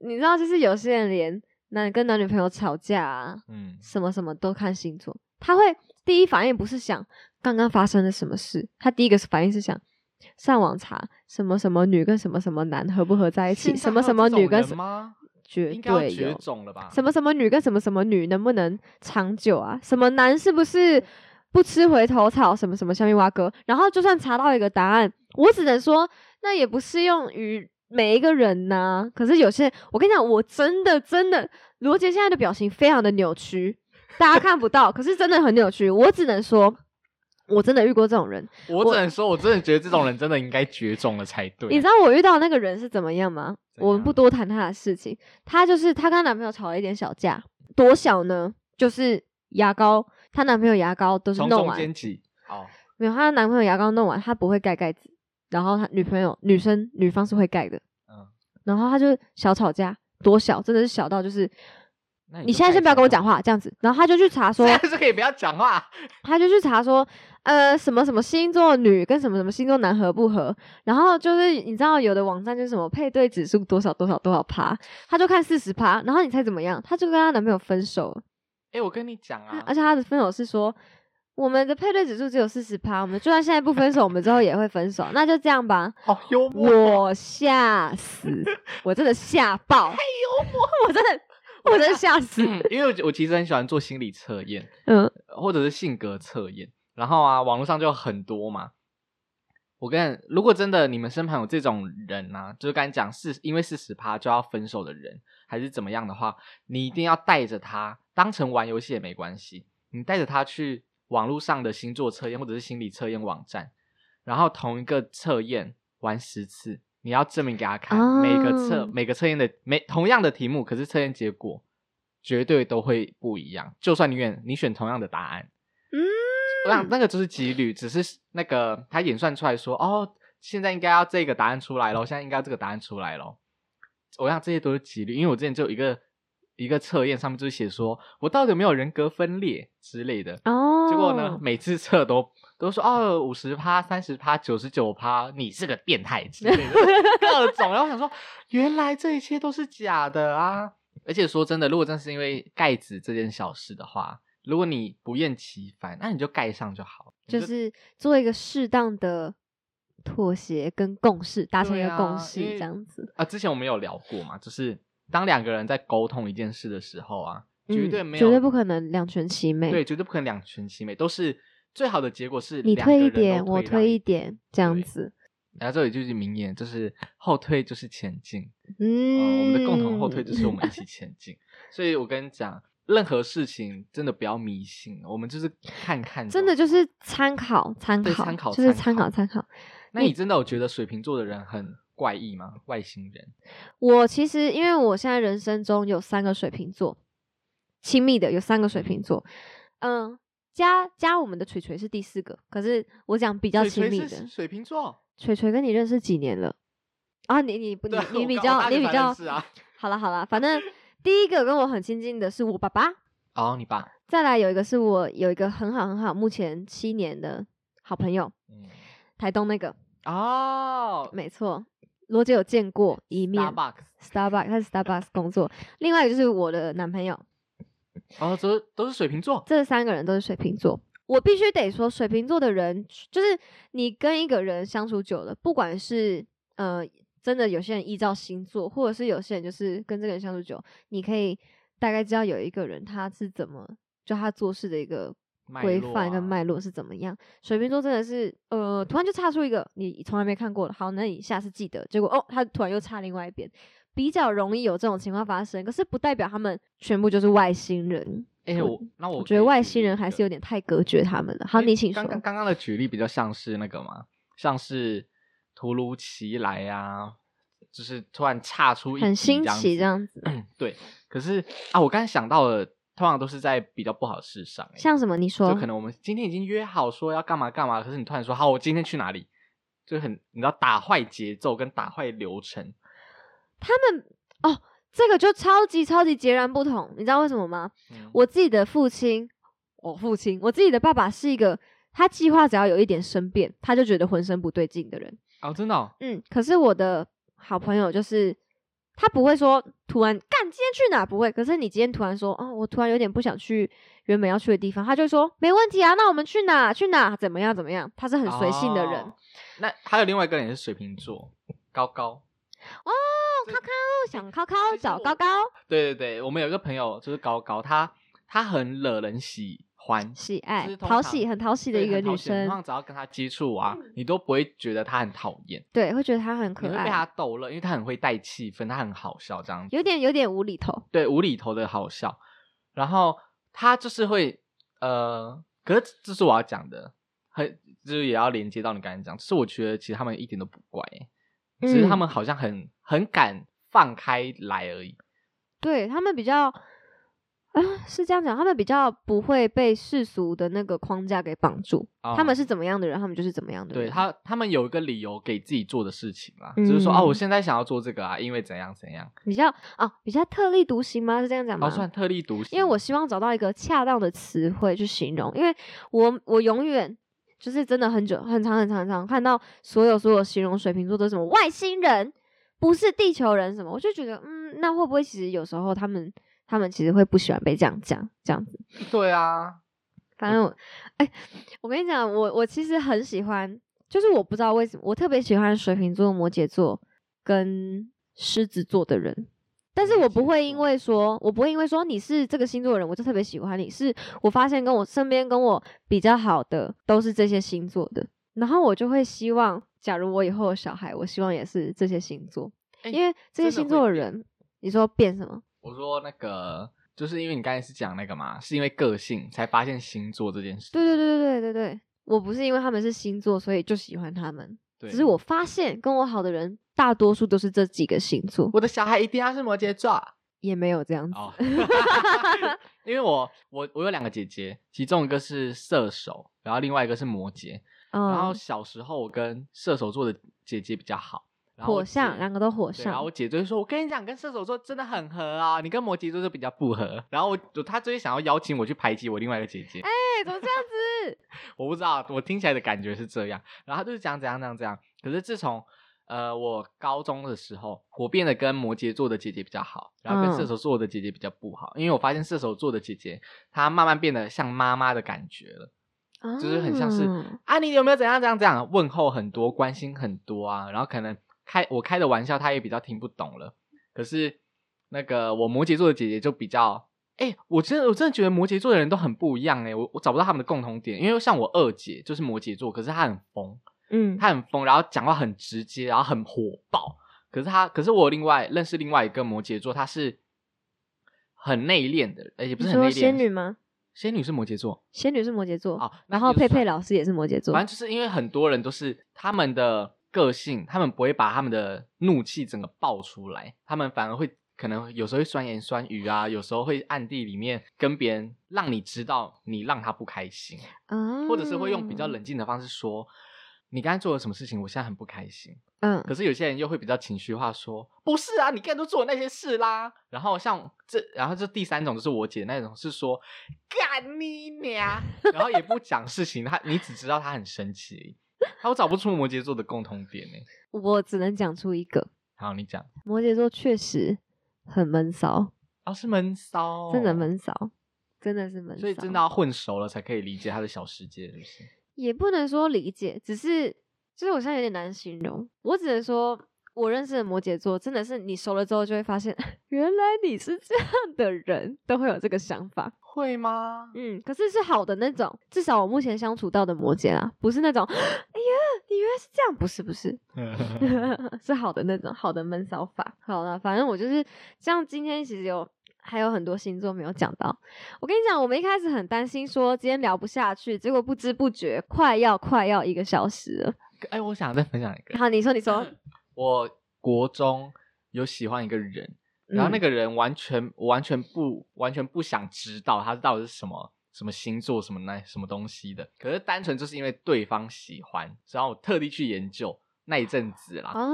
[SPEAKER 1] 你知道，就是有些人连男跟男女朋友吵架啊，
[SPEAKER 3] 嗯，
[SPEAKER 1] 什么什么都看星座，他会第一反应不是想刚刚发生了什么事，他第一个反应是想。上网查什么什么女跟什么什么男合不合在一起，
[SPEAKER 3] 现在
[SPEAKER 1] 什么
[SPEAKER 3] 还有
[SPEAKER 1] 什么
[SPEAKER 3] 这种
[SPEAKER 1] 女跟
[SPEAKER 3] 人
[SPEAKER 1] 什
[SPEAKER 3] 吗
[SPEAKER 1] 绝
[SPEAKER 3] 应该要
[SPEAKER 1] 对
[SPEAKER 3] 绝
[SPEAKER 1] 有，
[SPEAKER 3] 种了吧？
[SPEAKER 1] 什么什么女跟什么什么女能不能长久啊？什么男是不是不吃回头草？什么什么下面挖哥？然后就算查到一个答案，我只能说那也不适用于每一个人呐、可是有些，我跟你讲，我真的真的，罗杰现在的表情非常的扭曲，大家看不到，可是真的很扭曲。我只能说，我真的遇过这种人。
[SPEAKER 3] 我只能说，我真的觉得这种人真的应该绝种了才对。
[SPEAKER 1] 你知道我遇到那个人是怎么样吗？
[SPEAKER 3] 怎
[SPEAKER 1] 我们
[SPEAKER 3] 样
[SPEAKER 1] 不多谈他的事情。她就是她跟她男朋友吵了一点小架，多小呢？就是牙膏，她男朋友牙膏都是
[SPEAKER 3] 啊从
[SPEAKER 1] 弄啊
[SPEAKER 3] 中
[SPEAKER 1] 完，
[SPEAKER 3] 间挤哦，
[SPEAKER 1] 没有她男朋友牙膏弄完，她不会盖盖子，然后她女朋友女生女方是会盖的，
[SPEAKER 3] 嗯，
[SPEAKER 1] 然后她就小吵架，多小，真的是小到就是
[SPEAKER 3] 那
[SPEAKER 1] 你现在先不要跟我讲，话这样子，然后她就去查
[SPEAKER 3] <laughs>
[SPEAKER 1] 说
[SPEAKER 3] 现，在是可以不要讲话，
[SPEAKER 1] 他就去查说，呃，什么什么星座女跟什么什么星座男合不合，然后就是你知道有的网站就是什么配对指数多少多少多少趴，他就看四十趴，然后你猜怎么样？她就跟她男朋友分手了，
[SPEAKER 3] 哎，我跟你讲
[SPEAKER 1] 她
[SPEAKER 3] 啊，
[SPEAKER 1] 而且她的分手是说我们的配对指数只有四十趴，我们就算现在不分手，我们之后也会分手，那就这样吧。
[SPEAKER 3] 好幽默，
[SPEAKER 1] 我吓死，我真的吓
[SPEAKER 3] 哎
[SPEAKER 1] 爆，太幽默，我真的，我真的吓死。
[SPEAKER 3] <laughs> 因为我我其实很喜欢做心理测验
[SPEAKER 1] 嗯，
[SPEAKER 3] 或者是性格测验，然后啊，网络上就很多嘛。我跟你如果真的你们身旁有这种人啊，就是刚才讲是因为四十趴就要分手的人，还是怎么样的话，你一定要带着他当成玩游戏也没关系，你带着他去网络上的星座测验或者是心理测验网站，然后同一个测验玩十次，你要证明给他看，
[SPEAKER 1] 哦
[SPEAKER 3] 每个测每个测验的每同样的题目，可是测验结果绝对都会不一样，就算你选你选同样的答案，
[SPEAKER 1] 嗯，
[SPEAKER 3] 我想那个就是几率，只是那个他演算出来说，哦，现在应该要这个答案出来咯，现在应该要这个答案出来咯。我想这些都是几率，因为我之前就有一个一个测验上面就是写说我到底有没有人格分裂之类的，
[SPEAKER 1] 哦，
[SPEAKER 3] 结果呢，每次测都都说哦五十趴、三十趴、九十九趴，你是个变态之类的 <laughs> 各种。然后我想说，原来这一切都是假的啊！而且说真的，如果真是因为盖子这件小事的话，如果你不厌其烦，那你就盖上就好，你
[SPEAKER 1] 就是做一个适当的妥协跟共识，达成一
[SPEAKER 3] 对
[SPEAKER 1] 个共
[SPEAKER 3] 啊
[SPEAKER 1] 识
[SPEAKER 3] 因为
[SPEAKER 1] 这样子。
[SPEAKER 3] 啊。之前我们有聊过嘛，就是当两个人在沟通一件事的时候啊，绝
[SPEAKER 1] 嗯
[SPEAKER 3] 对没有，
[SPEAKER 1] 绝对不可能两全其美。
[SPEAKER 3] 对，绝对不可能两全其美，都是最好的结果是
[SPEAKER 1] 你
[SPEAKER 3] 两个
[SPEAKER 1] 退一
[SPEAKER 3] 人都
[SPEAKER 1] 点，我
[SPEAKER 3] 让
[SPEAKER 1] 退一点，这样
[SPEAKER 3] 对
[SPEAKER 1] 子。
[SPEAKER 3] 然后这里就是名言，就是后退就是前进。
[SPEAKER 1] 嗯、
[SPEAKER 3] 嗯，我们的共同后退就是我们一起前进。所以我跟你讲，任何事情真的不要迷信，我们就是看看。
[SPEAKER 1] 真的就是参考参
[SPEAKER 3] 对
[SPEAKER 1] 考，
[SPEAKER 3] 参考
[SPEAKER 1] 就是
[SPEAKER 3] 参
[SPEAKER 1] 参
[SPEAKER 3] 考
[SPEAKER 1] 考参考。
[SPEAKER 3] 那你真的有觉得水瓶座的人很怪异吗？外星人？
[SPEAKER 1] 我其实因为我现在人生中有三个水瓶座，亲密的有三个水瓶座，嗯，加加我们的锤锤是第四个，可是我讲比较
[SPEAKER 3] 水
[SPEAKER 1] 亲
[SPEAKER 3] 锤
[SPEAKER 1] 密
[SPEAKER 3] 是
[SPEAKER 1] 的
[SPEAKER 3] 水瓶座。
[SPEAKER 1] 锤锤跟你认识几年了？啊，你你
[SPEAKER 3] <laughs>
[SPEAKER 1] 不你
[SPEAKER 3] 对
[SPEAKER 1] 你
[SPEAKER 3] 我
[SPEAKER 1] 比
[SPEAKER 3] 刚
[SPEAKER 1] 较
[SPEAKER 3] 我大
[SPEAKER 1] 你
[SPEAKER 3] 学
[SPEAKER 1] 比
[SPEAKER 3] 才
[SPEAKER 1] 较
[SPEAKER 3] 认识啊
[SPEAKER 1] 好了好了，反正第一个跟我很亲近的是我爸爸，
[SPEAKER 3] 哦，你爸。
[SPEAKER 1] 再来有一个是我有一个很好很好，目前七年的好朋友，
[SPEAKER 3] 嗯。
[SPEAKER 1] 台东那个，
[SPEAKER 3] 哦。
[SPEAKER 1] 没错，罗姐有见过一
[SPEAKER 3] <laughs>
[SPEAKER 1] 面
[SPEAKER 3] Starbucks。
[SPEAKER 1] ，Starbucks 他是 Starbucks 工作，另外一个就是我的男朋友，
[SPEAKER 3] 哦，都是都是水瓶座。
[SPEAKER 1] 这三个人都是水瓶座。我必须得说，水瓶座的人，就是你跟一个人相处久了，不管是呃，真的有些人依照星座，或者是有些人就是跟这个人相处久，你可以大概知道有一个人他是怎么，就他做事的一个
[SPEAKER 3] 脉
[SPEAKER 1] 规
[SPEAKER 3] 络
[SPEAKER 1] 范跟
[SPEAKER 3] 啊
[SPEAKER 1] 脉络是怎么样。水瓶座真的是，呃，突然就插出一个你从来没看过的，好，那你下次记得。结果哦，他突然又插另外一边，比较容易有这种情况发生。可是不代表他们全部就是外星人。<laughs>
[SPEAKER 3] 哎，我那我
[SPEAKER 1] 我
[SPEAKER 3] 可
[SPEAKER 1] 觉得
[SPEAKER 3] 以
[SPEAKER 1] 外
[SPEAKER 3] 举
[SPEAKER 1] 星
[SPEAKER 3] 例
[SPEAKER 1] 人
[SPEAKER 3] 一
[SPEAKER 1] 还
[SPEAKER 3] 个
[SPEAKER 1] 是有点太隔绝他们了。好，
[SPEAKER 3] 诶
[SPEAKER 1] 你请说
[SPEAKER 3] 刚。刚刚刚的举例比较像是那个嘛，像是突如其来啊，就是突然岔出一
[SPEAKER 1] 很
[SPEAKER 3] 题
[SPEAKER 1] 新奇这
[SPEAKER 3] 样
[SPEAKER 1] 样子，
[SPEAKER 3] 子。对，可是啊，我刚才想到的，通常都是在比较不好的事上、欸，
[SPEAKER 1] 像什么？你说
[SPEAKER 3] 就可能我们今天已经约好说要干嘛干嘛，可是你突然说好，我今天去哪里，就很你知道打坏节奏跟打坏流程。
[SPEAKER 1] 他们哦，这个就超级超级截然不同。你知道为什么吗？
[SPEAKER 3] 嗯
[SPEAKER 1] 我自己的父亲，我父亲，我自己的爸爸是一个，他计划只要有一点生变，他就觉得浑身不对劲的人。
[SPEAKER 3] 哦，真的、哦，
[SPEAKER 1] 嗯，可是我的好朋友就是。他不会说突然干今天去哪不会，可是你今天突然说哦，我突然有点不想去原本要去的地方，他就会说没问题啊，那我们去哪去哪怎么样怎么样，他是很随性的人。
[SPEAKER 3] 哦那还有另外一个人也是水瓶座，高高。
[SPEAKER 1] 哦，靠靠，想靠靠
[SPEAKER 3] 其实
[SPEAKER 1] 找
[SPEAKER 3] 我
[SPEAKER 1] 高高，
[SPEAKER 3] 对对对，我们有一个朋友就是高高，她她很惹人喜欢，
[SPEAKER 1] 喜
[SPEAKER 3] 就
[SPEAKER 1] 爱
[SPEAKER 3] 是通
[SPEAKER 1] 讨
[SPEAKER 3] 常
[SPEAKER 1] 喜很讨喜的
[SPEAKER 3] 对
[SPEAKER 1] 一个
[SPEAKER 3] 很讨
[SPEAKER 1] 女
[SPEAKER 3] 喜你通
[SPEAKER 1] 生
[SPEAKER 3] 常，只要跟她接触啊，你都不会觉得她很讨厌，
[SPEAKER 1] 对，会觉得她很
[SPEAKER 3] 你
[SPEAKER 1] 可
[SPEAKER 3] 会被她
[SPEAKER 1] 爱，
[SPEAKER 3] 逗乐，因为她很会带气氛，她很好笑这样子，
[SPEAKER 1] 有点有点无厘头。
[SPEAKER 3] 对无厘头的好笑。然后她就是会呃，可是这是我要讲的，很就是也要连接到你刚才讲，就是我觉得其实他们一点都不怪、欸只是他
[SPEAKER 1] 嗯
[SPEAKER 3] 们好像很很敢放开来而已。
[SPEAKER 1] 对他们比较啊，是这样讲，他们比较不会被世俗的那个框架给绑住。他
[SPEAKER 3] 哦
[SPEAKER 1] 们是怎么样的人，他们就是怎么样的人。
[SPEAKER 3] 对他，他们有一个理由给自己做的事情啦，就是说，哦，我
[SPEAKER 1] 嗯
[SPEAKER 3] 现在想要做这个啊，因为怎样怎样，
[SPEAKER 1] 比较啊，比较特立独行吗？是这样讲吗？
[SPEAKER 3] 哦，算特立独
[SPEAKER 1] 嗯
[SPEAKER 3] 行。
[SPEAKER 1] 因为我希望找到一个恰当的词汇去形容，因为我我永远就是真的很久很长很长很长看到所有所有形容水瓶座都是什么外星人，不是地球人什么，我就觉得嗯，那会不会其实有时候他们他们其实会不喜欢被这样讲这样子？
[SPEAKER 3] 对啊，
[SPEAKER 1] 反正我，哎、我跟你讲，我我其实很喜欢，就是我不知道为什么，我特别喜欢水瓶座、摩羯座跟狮子座的人。但是我不会因为说，我不会因为说你是这个星座的人，我就特别喜欢你。是我发现跟我身边跟我比较好的都是这些星座的，然后我就会希望，假如我以后有小孩，我希望也是这些星座，
[SPEAKER 3] 哎
[SPEAKER 1] 因为这些
[SPEAKER 3] 真的
[SPEAKER 1] 星座
[SPEAKER 3] 会
[SPEAKER 1] 的人，你说变什么？
[SPEAKER 3] 我说那个，就是因为你刚才是讲那个嘛，是因为个性才发现星座这件事。
[SPEAKER 1] 对对对对对对对，我不是因为他们是星座，所以就喜欢他们。
[SPEAKER 3] 对，
[SPEAKER 1] 只是我发现跟我好的人，大多数都是这几个星座，
[SPEAKER 3] 我的小孩一定要是摩羯座啊
[SPEAKER 1] 也没有这样子。 <laughs>
[SPEAKER 3] 哦，因为我我我有两个姐姐，其中一个是射手，然后另外一个是摩羯。然
[SPEAKER 1] 嗯，
[SPEAKER 3] 后小时候我跟射手座的姐姐比较好，然后我
[SPEAKER 1] 火象，
[SPEAKER 3] 姐
[SPEAKER 1] 两个都火
[SPEAKER 3] 对，然后
[SPEAKER 1] 象
[SPEAKER 3] 我。姐就会说：“我跟你讲，跟射手座真的很合啊，你跟摩羯座就比较不合。”然后我，我她最近想要邀请我去排挤我另外一个姐姐，
[SPEAKER 1] 哎、怎么这样子？
[SPEAKER 3] 我不知道，我听起来的感觉是这样。然后她就是讲怎样怎样怎样。可是自从呃我高中的时候，我变得跟摩羯座的姐姐比较好，然后跟
[SPEAKER 1] 嗯
[SPEAKER 3] 射手座的姐姐比较不好，因为我发现射手座的姐姐她慢慢变得像妈妈的感觉了。就是很像是
[SPEAKER 1] 啊
[SPEAKER 3] 啊，你有没有怎样怎样怎样？问候很多，关心很多啊，然后可能开我开的玩笑，他也比较听不懂了。可是那个我摩羯座的姐姐就比较，哎、我真的我真的觉得摩羯座的人都很不一样哎、我我找不到他们的共同点，因为像我二姐就是摩羯座，可是她很疯，
[SPEAKER 1] 嗯，
[SPEAKER 3] 她很疯，然后讲话很直接，然后很火爆。可是她，可是我有另外认识另外一个摩羯座，她是很内敛的，而且不
[SPEAKER 1] 你
[SPEAKER 3] 是很
[SPEAKER 1] 说
[SPEAKER 3] 内敛。
[SPEAKER 1] 仙女？吗？
[SPEAKER 3] 仙女是摩羯座
[SPEAKER 1] 仙女是摩羯座，
[SPEAKER 3] 哦，那
[SPEAKER 1] 然后
[SPEAKER 3] 就
[SPEAKER 1] 佩
[SPEAKER 3] 算
[SPEAKER 1] 佩老师也是摩羯座。
[SPEAKER 3] 反正就是因为很多人都是他们的个性，他们不会把他们的怒气整个爆出来，他们反而会可能有时候会酸言酸语啊，有时候会暗地里面跟别人让你知道你让他不开心，
[SPEAKER 1] 啊，
[SPEAKER 3] 或者是会用比较。冷静的方式说。你刚才做了什么事情？我现在很不开心。
[SPEAKER 1] 嗯，
[SPEAKER 3] 可是有些人又会比较情绪化，说：“不是啊，你刚才都做了那些事啦。”然后像这，然后这第三种就是我姐那种，是说“干你娘”，然后也不讲事情，她你只知道她很生气而已。她我找不出摩羯座的共同点呢。
[SPEAKER 1] 我只能讲出一个，
[SPEAKER 3] 好，你讲
[SPEAKER 1] 摩羯座确实很闷骚，
[SPEAKER 3] 啊，是闷骚，
[SPEAKER 1] 真的，闷骚，真的是闷骚。
[SPEAKER 3] 哦所以真的要混熟了才可以理解她的小世界，是不是？
[SPEAKER 1] 也不能说理解，只是就是我现在有点难形容。我只能说，我认识的摩羯座真的是你熟了之后就会发现， <laughs> 原来你是这样的人，都会有这个想法。
[SPEAKER 3] 会吗？
[SPEAKER 1] 嗯，可是是好的那种，至少我目前相处到的摩羯啊，不是那种， <gasps> 哎呀，你原来是这样，不是不是，是好的那种，好的闷骚法。好了，反正我就是像今天其实有还有很多星座没有讲到。我跟你讲，我们一开始很担心说今天聊不下去，结果不知不觉快要快要一个小时了。
[SPEAKER 3] 哎，我想再分享一个，
[SPEAKER 1] 好，你说你说，
[SPEAKER 3] 我国中有喜欢一个人， <laughs> 然后那
[SPEAKER 1] 嗯
[SPEAKER 3] 个人完全我完全不完全不想知道他到底是什么什么星座什么那什么东西的，可是单纯就是因为对方喜欢，然后我特地去研究那一阵子啦。
[SPEAKER 1] 啊，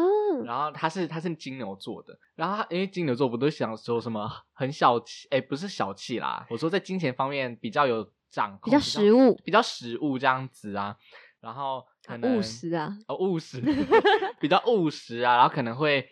[SPEAKER 3] 然后他是他是金牛座的，然后他因为金牛座不都想说什么很小气，哎，不是小气啦，我说在金钱方面比较有掌控，
[SPEAKER 1] 比较实务，
[SPEAKER 3] 比较实务这样子啊，然后可能
[SPEAKER 1] 务实啊，
[SPEAKER 3] 哦，务实，
[SPEAKER 1] <laughs>
[SPEAKER 3] 比较务实啊，然后可能会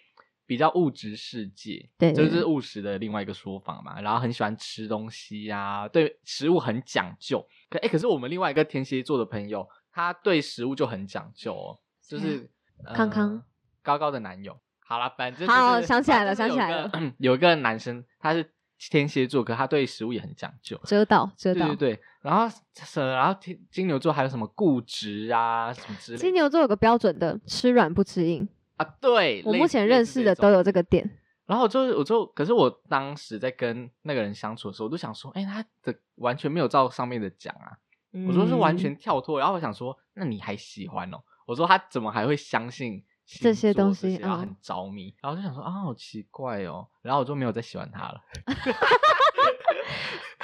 [SPEAKER 3] 比较物质世界，
[SPEAKER 1] 对
[SPEAKER 3] 这
[SPEAKER 1] 对
[SPEAKER 3] 就是
[SPEAKER 1] 对
[SPEAKER 3] 务实的另外一个说法嘛。然后很喜欢吃东西啊，对食物很讲究。可哎、可是我们另外一个天蝎座的朋友，他对食物就很讲究哦，就
[SPEAKER 1] 谁啊
[SPEAKER 3] 是、呃
[SPEAKER 1] 康康
[SPEAKER 3] 高高的男友。好了，反正
[SPEAKER 1] 好
[SPEAKER 3] 就是
[SPEAKER 1] 想起来了
[SPEAKER 3] 反正就是
[SPEAKER 1] 想起
[SPEAKER 3] 有一个有一个男生，他是天蝎座，可他对食物也很讲究。
[SPEAKER 1] 遮到遮
[SPEAKER 3] 对
[SPEAKER 1] 到
[SPEAKER 3] 对。对，然后什然后天金牛座还有什么固执啊什么之类的
[SPEAKER 1] 金牛座有个标准的，吃软不吃硬。
[SPEAKER 3] 啊，对，
[SPEAKER 1] 我
[SPEAKER 3] 类
[SPEAKER 1] 目前
[SPEAKER 3] 类
[SPEAKER 1] 认
[SPEAKER 3] 似
[SPEAKER 1] 识的都
[SPEAKER 3] 有。
[SPEAKER 1] 有这个点，
[SPEAKER 3] 然后我就我就，可是我当时在跟那个人相处的时候，我就想说，哎、他的完全没有照上面的讲啊，我说是
[SPEAKER 1] 嗯
[SPEAKER 3] 完全跳脱。然后我想说，那你还喜欢哦？我说他怎么还会相信星
[SPEAKER 1] 这些
[SPEAKER 3] 座
[SPEAKER 1] 东西
[SPEAKER 3] 然后
[SPEAKER 1] 嗯
[SPEAKER 3] 很着迷。然后我就想说，啊，好奇怪哦。然后我就没有再喜欢他了，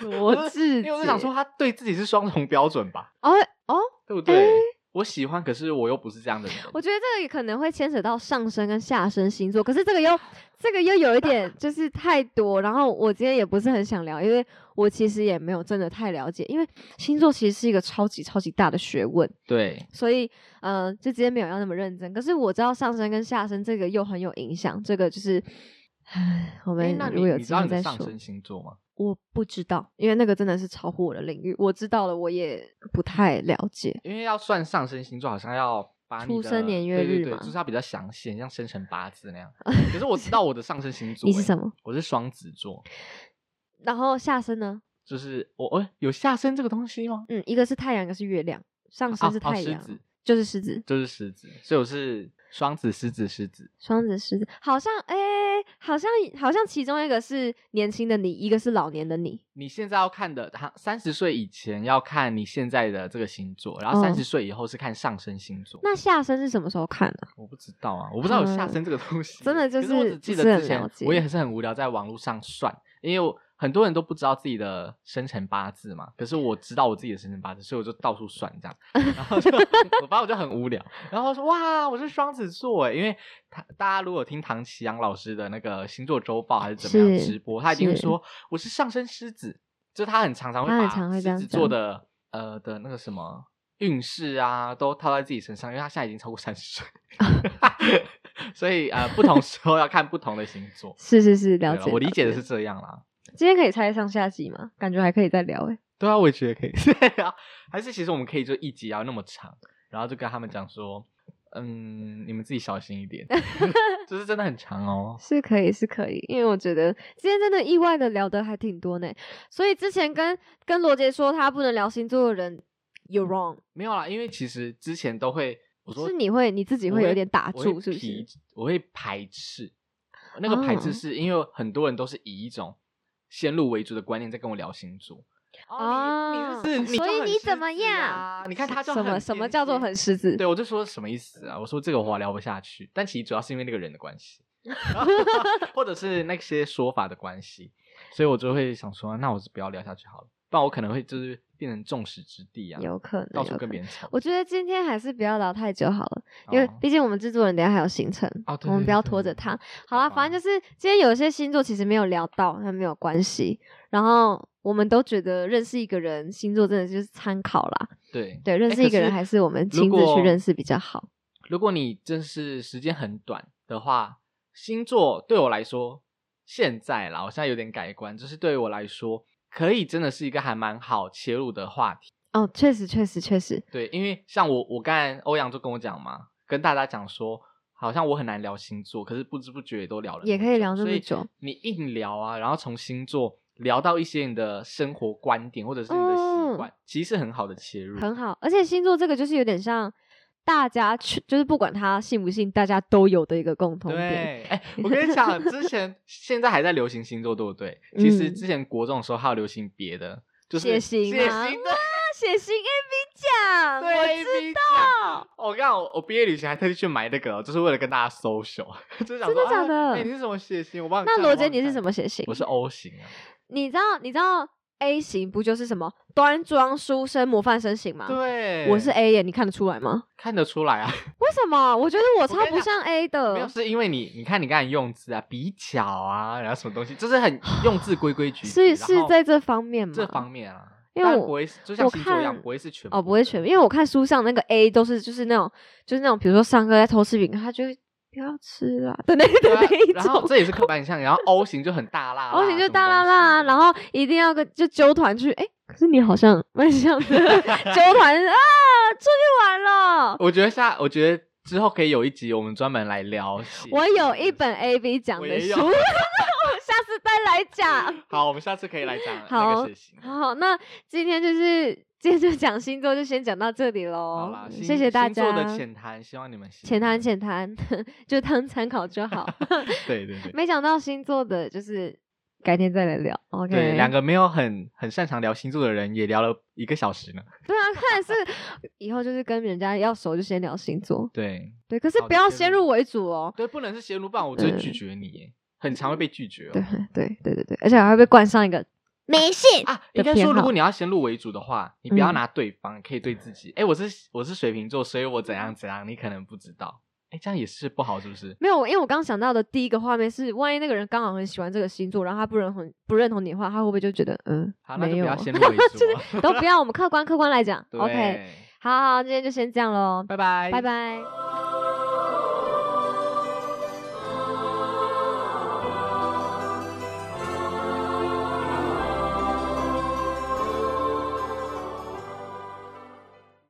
[SPEAKER 1] 罗志
[SPEAKER 3] <laughs> 因为我就想说，他对自己是双重标准吧，
[SPEAKER 1] 哦哦，
[SPEAKER 3] 对不对？我喜欢，可是我又不是这样的人。
[SPEAKER 1] 我觉得这个可能会牵扯到上升跟下升星座，可是这个又这个又有一点就是太多，然后我今天也不是很想聊，因为我其实也没有真的太了解，因为星座其实是一个超级超级大的学问，
[SPEAKER 3] 对，
[SPEAKER 1] 所以呃，就今天没有要那么认真。可是我知道上升跟下升这个又很有影响，这个就是，唉，我
[SPEAKER 3] 哎
[SPEAKER 1] 们
[SPEAKER 3] 那你
[SPEAKER 1] 如果有
[SPEAKER 3] 你
[SPEAKER 1] 机
[SPEAKER 3] 知道
[SPEAKER 1] 会
[SPEAKER 3] 你的
[SPEAKER 1] 再
[SPEAKER 3] 上
[SPEAKER 1] 说。
[SPEAKER 3] 升星座吗？
[SPEAKER 1] 我不知道，因为那个真的是超乎我的领域。我知道了，我也不太了解。
[SPEAKER 3] 因为要算上升星座，好像要把你
[SPEAKER 1] 出
[SPEAKER 3] 的
[SPEAKER 1] 生年月
[SPEAKER 3] 对
[SPEAKER 1] 日
[SPEAKER 3] 对对，
[SPEAKER 1] 嘛
[SPEAKER 3] 就是要比较详细，很像生辰八字
[SPEAKER 1] <laughs>
[SPEAKER 3] 那样。可是我知道我的上升星座、
[SPEAKER 1] 你是
[SPEAKER 3] 么？
[SPEAKER 1] 什么？
[SPEAKER 3] 我是双子座，
[SPEAKER 1] 然后下身呢？
[SPEAKER 3] 就是我我有下身这个东西吗？
[SPEAKER 1] 嗯，一个是太阳，一个是月亮，上
[SPEAKER 3] 啊
[SPEAKER 1] 身是
[SPEAKER 3] 哦
[SPEAKER 1] 太
[SPEAKER 3] 狮
[SPEAKER 1] 阳，
[SPEAKER 3] 子
[SPEAKER 1] 就是狮子，
[SPEAKER 3] 就是狮子，所以我是双子、狮子、狮子。
[SPEAKER 1] 双子、狮子，好像哎、好像好像其中一个是年轻的你，一个是老年的你。
[SPEAKER 3] 你现在要看的，他三十岁以前要看你现在的这个星座，然后
[SPEAKER 1] 哦
[SPEAKER 3] 三十岁以后是看上升星座。
[SPEAKER 1] 那下身是什么时候看的、
[SPEAKER 3] 我不知道啊，我不知道有下身这个东西，
[SPEAKER 1] 嗯真的就
[SPEAKER 3] 可
[SPEAKER 1] 是
[SPEAKER 3] 是我只记得
[SPEAKER 1] 不是很
[SPEAKER 3] 之前
[SPEAKER 1] 了解
[SPEAKER 3] 我也是很无聊，在网络上算，因为我很多人都不知道自己的生辰八字嘛，可是我知道我自己的生辰八字，所以我就到处算
[SPEAKER 1] <laughs>
[SPEAKER 3] 这样，然后就我反正我就很无聊，然后说哇，我是双子座哎，因为他大家如果听唐奇阳老师的那个星座周报还是怎么样
[SPEAKER 1] 是
[SPEAKER 3] 直播，他一定会
[SPEAKER 1] 是
[SPEAKER 3] 说我是上升狮子，就他很常常会
[SPEAKER 1] 他很
[SPEAKER 3] 把
[SPEAKER 1] 常会这
[SPEAKER 3] 狮
[SPEAKER 1] 样
[SPEAKER 3] 子
[SPEAKER 1] 讲。
[SPEAKER 3] 座的呃的那个什么。运势啊，都套在自己身上，因为他现在已经超过三十岁， <laughs> 所以呃，不同时候要看不同的星座
[SPEAKER 1] 是是是，了
[SPEAKER 3] 对啊
[SPEAKER 1] 解。
[SPEAKER 3] 我理解的
[SPEAKER 1] 了
[SPEAKER 3] 是这样啦。
[SPEAKER 1] 今天可以猜上下集吗？感觉还可以再聊哎、
[SPEAKER 3] 对啊，我也觉得可以。 <laughs> 对啊，还是其实我们可以就一集要那么长，然后就跟他们讲说，嗯，你们自己小心一点， <laughs> 就是真的很长哦。
[SPEAKER 1] 是可以，是可以，因为我觉得今天真的意外的聊的还挺多呢。所以之前跟跟罗杰说他不能聊星座的人，you're
[SPEAKER 3] 嗯
[SPEAKER 1] wrong，
[SPEAKER 3] 没有啦，因为其实之前都会，我说
[SPEAKER 1] 是你会你自己
[SPEAKER 3] 我
[SPEAKER 1] 会有点打
[SPEAKER 3] 我会
[SPEAKER 1] 住，是不是
[SPEAKER 3] 疲？？我会排斥，那个排斥
[SPEAKER 1] 哦
[SPEAKER 3] 是因为很多人都是以一种先入为主的观念在跟我聊星座。
[SPEAKER 1] 哦
[SPEAKER 3] 你你就是，
[SPEAKER 1] 所以
[SPEAKER 3] 就很
[SPEAKER 1] 你怎
[SPEAKER 3] 狮
[SPEAKER 1] 么
[SPEAKER 3] 子
[SPEAKER 1] 样
[SPEAKER 3] 啊你看他就
[SPEAKER 1] 什么
[SPEAKER 3] 很
[SPEAKER 1] 什么
[SPEAKER 3] 偏
[SPEAKER 1] 叫做
[SPEAKER 3] 心
[SPEAKER 1] 很狮子？
[SPEAKER 3] 对，我就说什么意思啊？我说这个我聊不下去，但其实主要是因为那个人的
[SPEAKER 1] <laughs>
[SPEAKER 3] 关系，或者是那些说法的关系，所以我就会想说，那我是不要聊下去好了，不然我可能会就是变成众矢之的啊，
[SPEAKER 1] 有可
[SPEAKER 3] 到
[SPEAKER 1] 能，
[SPEAKER 3] 处
[SPEAKER 1] 有可
[SPEAKER 3] 跟别
[SPEAKER 1] 能。
[SPEAKER 3] 人吵。
[SPEAKER 1] 我觉得今天还是不要聊太久好了，因为
[SPEAKER 3] 哦
[SPEAKER 1] 毕竟我们制作人等一下还有行程，
[SPEAKER 3] 哦对
[SPEAKER 1] 我们
[SPEAKER 3] 对
[SPEAKER 1] 不要
[SPEAKER 3] 对
[SPEAKER 1] 拖
[SPEAKER 3] 对
[SPEAKER 1] 着
[SPEAKER 3] 哦
[SPEAKER 1] 他。好
[SPEAKER 3] 好
[SPEAKER 1] 啦，
[SPEAKER 3] 吧
[SPEAKER 1] 反正就是今天有些星座其实没有聊到，那没有关系。然后我们都觉得认识一个人，星座真的就是参考啦。
[SPEAKER 3] 对
[SPEAKER 1] 对，认
[SPEAKER 3] 哎
[SPEAKER 1] 识
[SPEAKER 3] 可
[SPEAKER 1] 一个人
[SPEAKER 3] 是
[SPEAKER 1] 还是我们
[SPEAKER 3] 如
[SPEAKER 1] 亲自去
[SPEAKER 3] 果
[SPEAKER 1] 认识比较好。
[SPEAKER 3] 如果你真是时间很短的话，星座对我来说，现在啦，我现在有点改观，就是对我来说，可以真的是一个还蛮好切入的话题。
[SPEAKER 1] 哦，确实，确实，确实，
[SPEAKER 3] 对，因为像我，我刚才欧阳就跟我讲嘛，跟大家讲说，好像我很难聊星座，可是不知不觉也都聊了那么久，
[SPEAKER 1] 也可以聊这么
[SPEAKER 3] 所以
[SPEAKER 1] 久
[SPEAKER 3] 你硬聊啊，然后从星座聊到一些你的生活观点或者是你的
[SPEAKER 1] 嗯
[SPEAKER 3] 习惯，其实是很好的切入。
[SPEAKER 1] 很好。而且星座这个就是有点像大家去，就是不管他信不信，大家都有的一个共同
[SPEAKER 3] 对，
[SPEAKER 1] 点。
[SPEAKER 3] 哎、我跟
[SPEAKER 1] <laughs>
[SPEAKER 3] 你讲，之前现在还在流行星座，对不对？其实
[SPEAKER 1] 嗯
[SPEAKER 3] 之前国中的时候还有流行别的，就是
[SPEAKER 1] 血型
[SPEAKER 3] 血
[SPEAKER 1] 吗
[SPEAKER 3] 型
[SPEAKER 1] 血型 A
[SPEAKER 3] 对
[SPEAKER 1] B 奖， <laughs> 我
[SPEAKER 3] 对
[SPEAKER 1] 知
[SPEAKER 3] A B 奖我刚我我毕业旅行还特地去买那个，哦就是为了跟大家 social，就是 <laughs> 想
[SPEAKER 1] 真
[SPEAKER 3] 说
[SPEAKER 1] 的假的
[SPEAKER 3] 啊哎你是什么血型？我帮你看。
[SPEAKER 1] 那罗杰
[SPEAKER 3] 我帮
[SPEAKER 1] 你是
[SPEAKER 3] 看
[SPEAKER 1] 什？么血型？
[SPEAKER 3] 我是 O 型啊。
[SPEAKER 1] 你知道你知道 A 型不就是什么端庄书生模范生型吗？
[SPEAKER 3] 对，
[SPEAKER 1] 啊我是 A 耶，你看得出来吗？
[SPEAKER 3] 看得出来啊，
[SPEAKER 1] 为什么？我觉得我超
[SPEAKER 3] 跟你
[SPEAKER 1] 不
[SPEAKER 3] 讲
[SPEAKER 1] 像 A
[SPEAKER 3] 没有
[SPEAKER 1] 的，
[SPEAKER 3] 是因为你，你看你刚才用字啊，比较啊，然后什么东西，就是
[SPEAKER 1] <sighs>
[SPEAKER 3] 很用字规规矩矩，
[SPEAKER 1] 是
[SPEAKER 3] 然
[SPEAKER 1] 是
[SPEAKER 3] 后
[SPEAKER 1] 在这方面吗？
[SPEAKER 3] 这方面啊，
[SPEAKER 1] 因为
[SPEAKER 3] 当然
[SPEAKER 1] 我
[SPEAKER 3] 不会是就像
[SPEAKER 1] 我
[SPEAKER 3] 星座一样，
[SPEAKER 1] 看
[SPEAKER 3] 不会是全
[SPEAKER 1] 哦，
[SPEAKER 3] 部
[SPEAKER 1] 不会
[SPEAKER 3] 的
[SPEAKER 1] 全面，因为我看书上那个 A 都是就是那种就是那种，比如说上课在偷吃饼干，他就会不要吃啦的那
[SPEAKER 3] 对
[SPEAKER 1] 的
[SPEAKER 3] 啊
[SPEAKER 1] 那一
[SPEAKER 3] 然后
[SPEAKER 1] 种。
[SPEAKER 3] 这也是刻板印象，然后 O 型就很大辣
[SPEAKER 1] 我
[SPEAKER 3] 什
[SPEAKER 1] 型
[SPEAKER 3] 么
[SPEAKER 1] 就大啦
[SPEAKER 3] 东西
[SPEAKER 1] 啦，
[SPEAKER 3] 的
[SPEAKER 1] 然后一定要跟就揪团去，哎、可是你好像蛮像
[SPEAKER 3] <laughs>
[SPEAKER 1] 的揪团啊，出去玩了。
[SPEAKER 3] 我觉得下，我觉得之后可以有一集我们专门来聊血型。
[SPEAKER 1] 我有一本 A B 奖
[SPEAKER 3] 我
[SPEAKER 1] 的
[SPEAKER 3] 也有
[SPEAKER 1] 书， <laughs> 我下次再来讲。
[SPEAKER 3] 好，我们下次可以来讲
[SPEAKER 1] <laughs>
[SPEAKER 3] 那
[SPEAKER 1] 好
[SPEAKER 3] 个血型。
[SPEAKER 1] 好，那今天就是今天就讲星座，就先讲到这里
[SPEAKER 3] 好
[SPEAKER 1] 喽
[SPEAKER 3] 啦，。星
[SPEAKER 1] 谢谢大
[SPEAKER 3] 星座
[SPEAKER 1] 家。
[SPEAKER 3] 的浅谈，希望你们喜
[SPEAKER 1] 浅
[SPEAKER 3] 欢
[SPEAKER 1] 谈。浅谈， <laughs> 就当参考就好。 <laughs>
[SPEAKER 3] 对 <laughs> 对对。
[SPEAKER 1] 没想到星座的，就是改天再来聊。OK，
[SPEAKER 3] 对，两个没有很很擅长聊星座的人，也聊了一个小时呢。
[SPEAKER 1] 对啊，看来是以后就是跟人家要熟就先聊星座，
[SPEAKER 3] 对，
[SPEAKER 1] 对，可是
[SPEAKER 3] 好
[SPEAKER 1] 不要
[SPEAKER 3] 先
[SPEAKER 1] 先
[SPEAKER 3] 入
[SPEAKER 1] 入为主哦。
[SPEAKER 3] 对，不能是邪如棒，我就会拒绝你耶，很常会被拒绝、哦。
[SPEAKER 1] 对对对对对，而且还会被冠上一个没事。
[SPEAKER 3] 啊，
[SPEAKER 1] 的
[SPEAKER 3] 应该
[SPEAKER 1] 偏
[SPEAKER 3] 说，如
[SPEAKER 1] 好
[SPEAKER 3] 果你要先入为主的话，你不要
[SPEAKER 1] 嗯
[SPEAKER 3] 拿对方，可以对自己。哎，我是我是水瓶座，所以我怎样怎样，你可能不知道。哎，这样也是不好，是不是？
[SPEAKER 1] 没有，因为我刚想到的第一个画面是，万一那个人刚好很喜欢这个星座，然后他不认很不认同你的话，他会不会就觉得嗯
[SPEAKER 3] 好，那
[SPEAKER 1] 没
[SPEAKER 3] 就不
[SPEAKER 1] 有
[SPEAKER 3] 要
[SPEAKER 1] 啊，
[SPEAKER 3] 先入
[SPEAKER 1] <laughs>
[SPEAKER 3] 为主哦。 <laughs>
[SPEAKER 1] 都不要，我们客观客观来讲。
[SPEAKER 3] 对
[SPEAKER 1] OK，好好，今天就先这样喽，
[SPEAKER 3] 拜拜，
[SPEAKER 1] 拜。拜。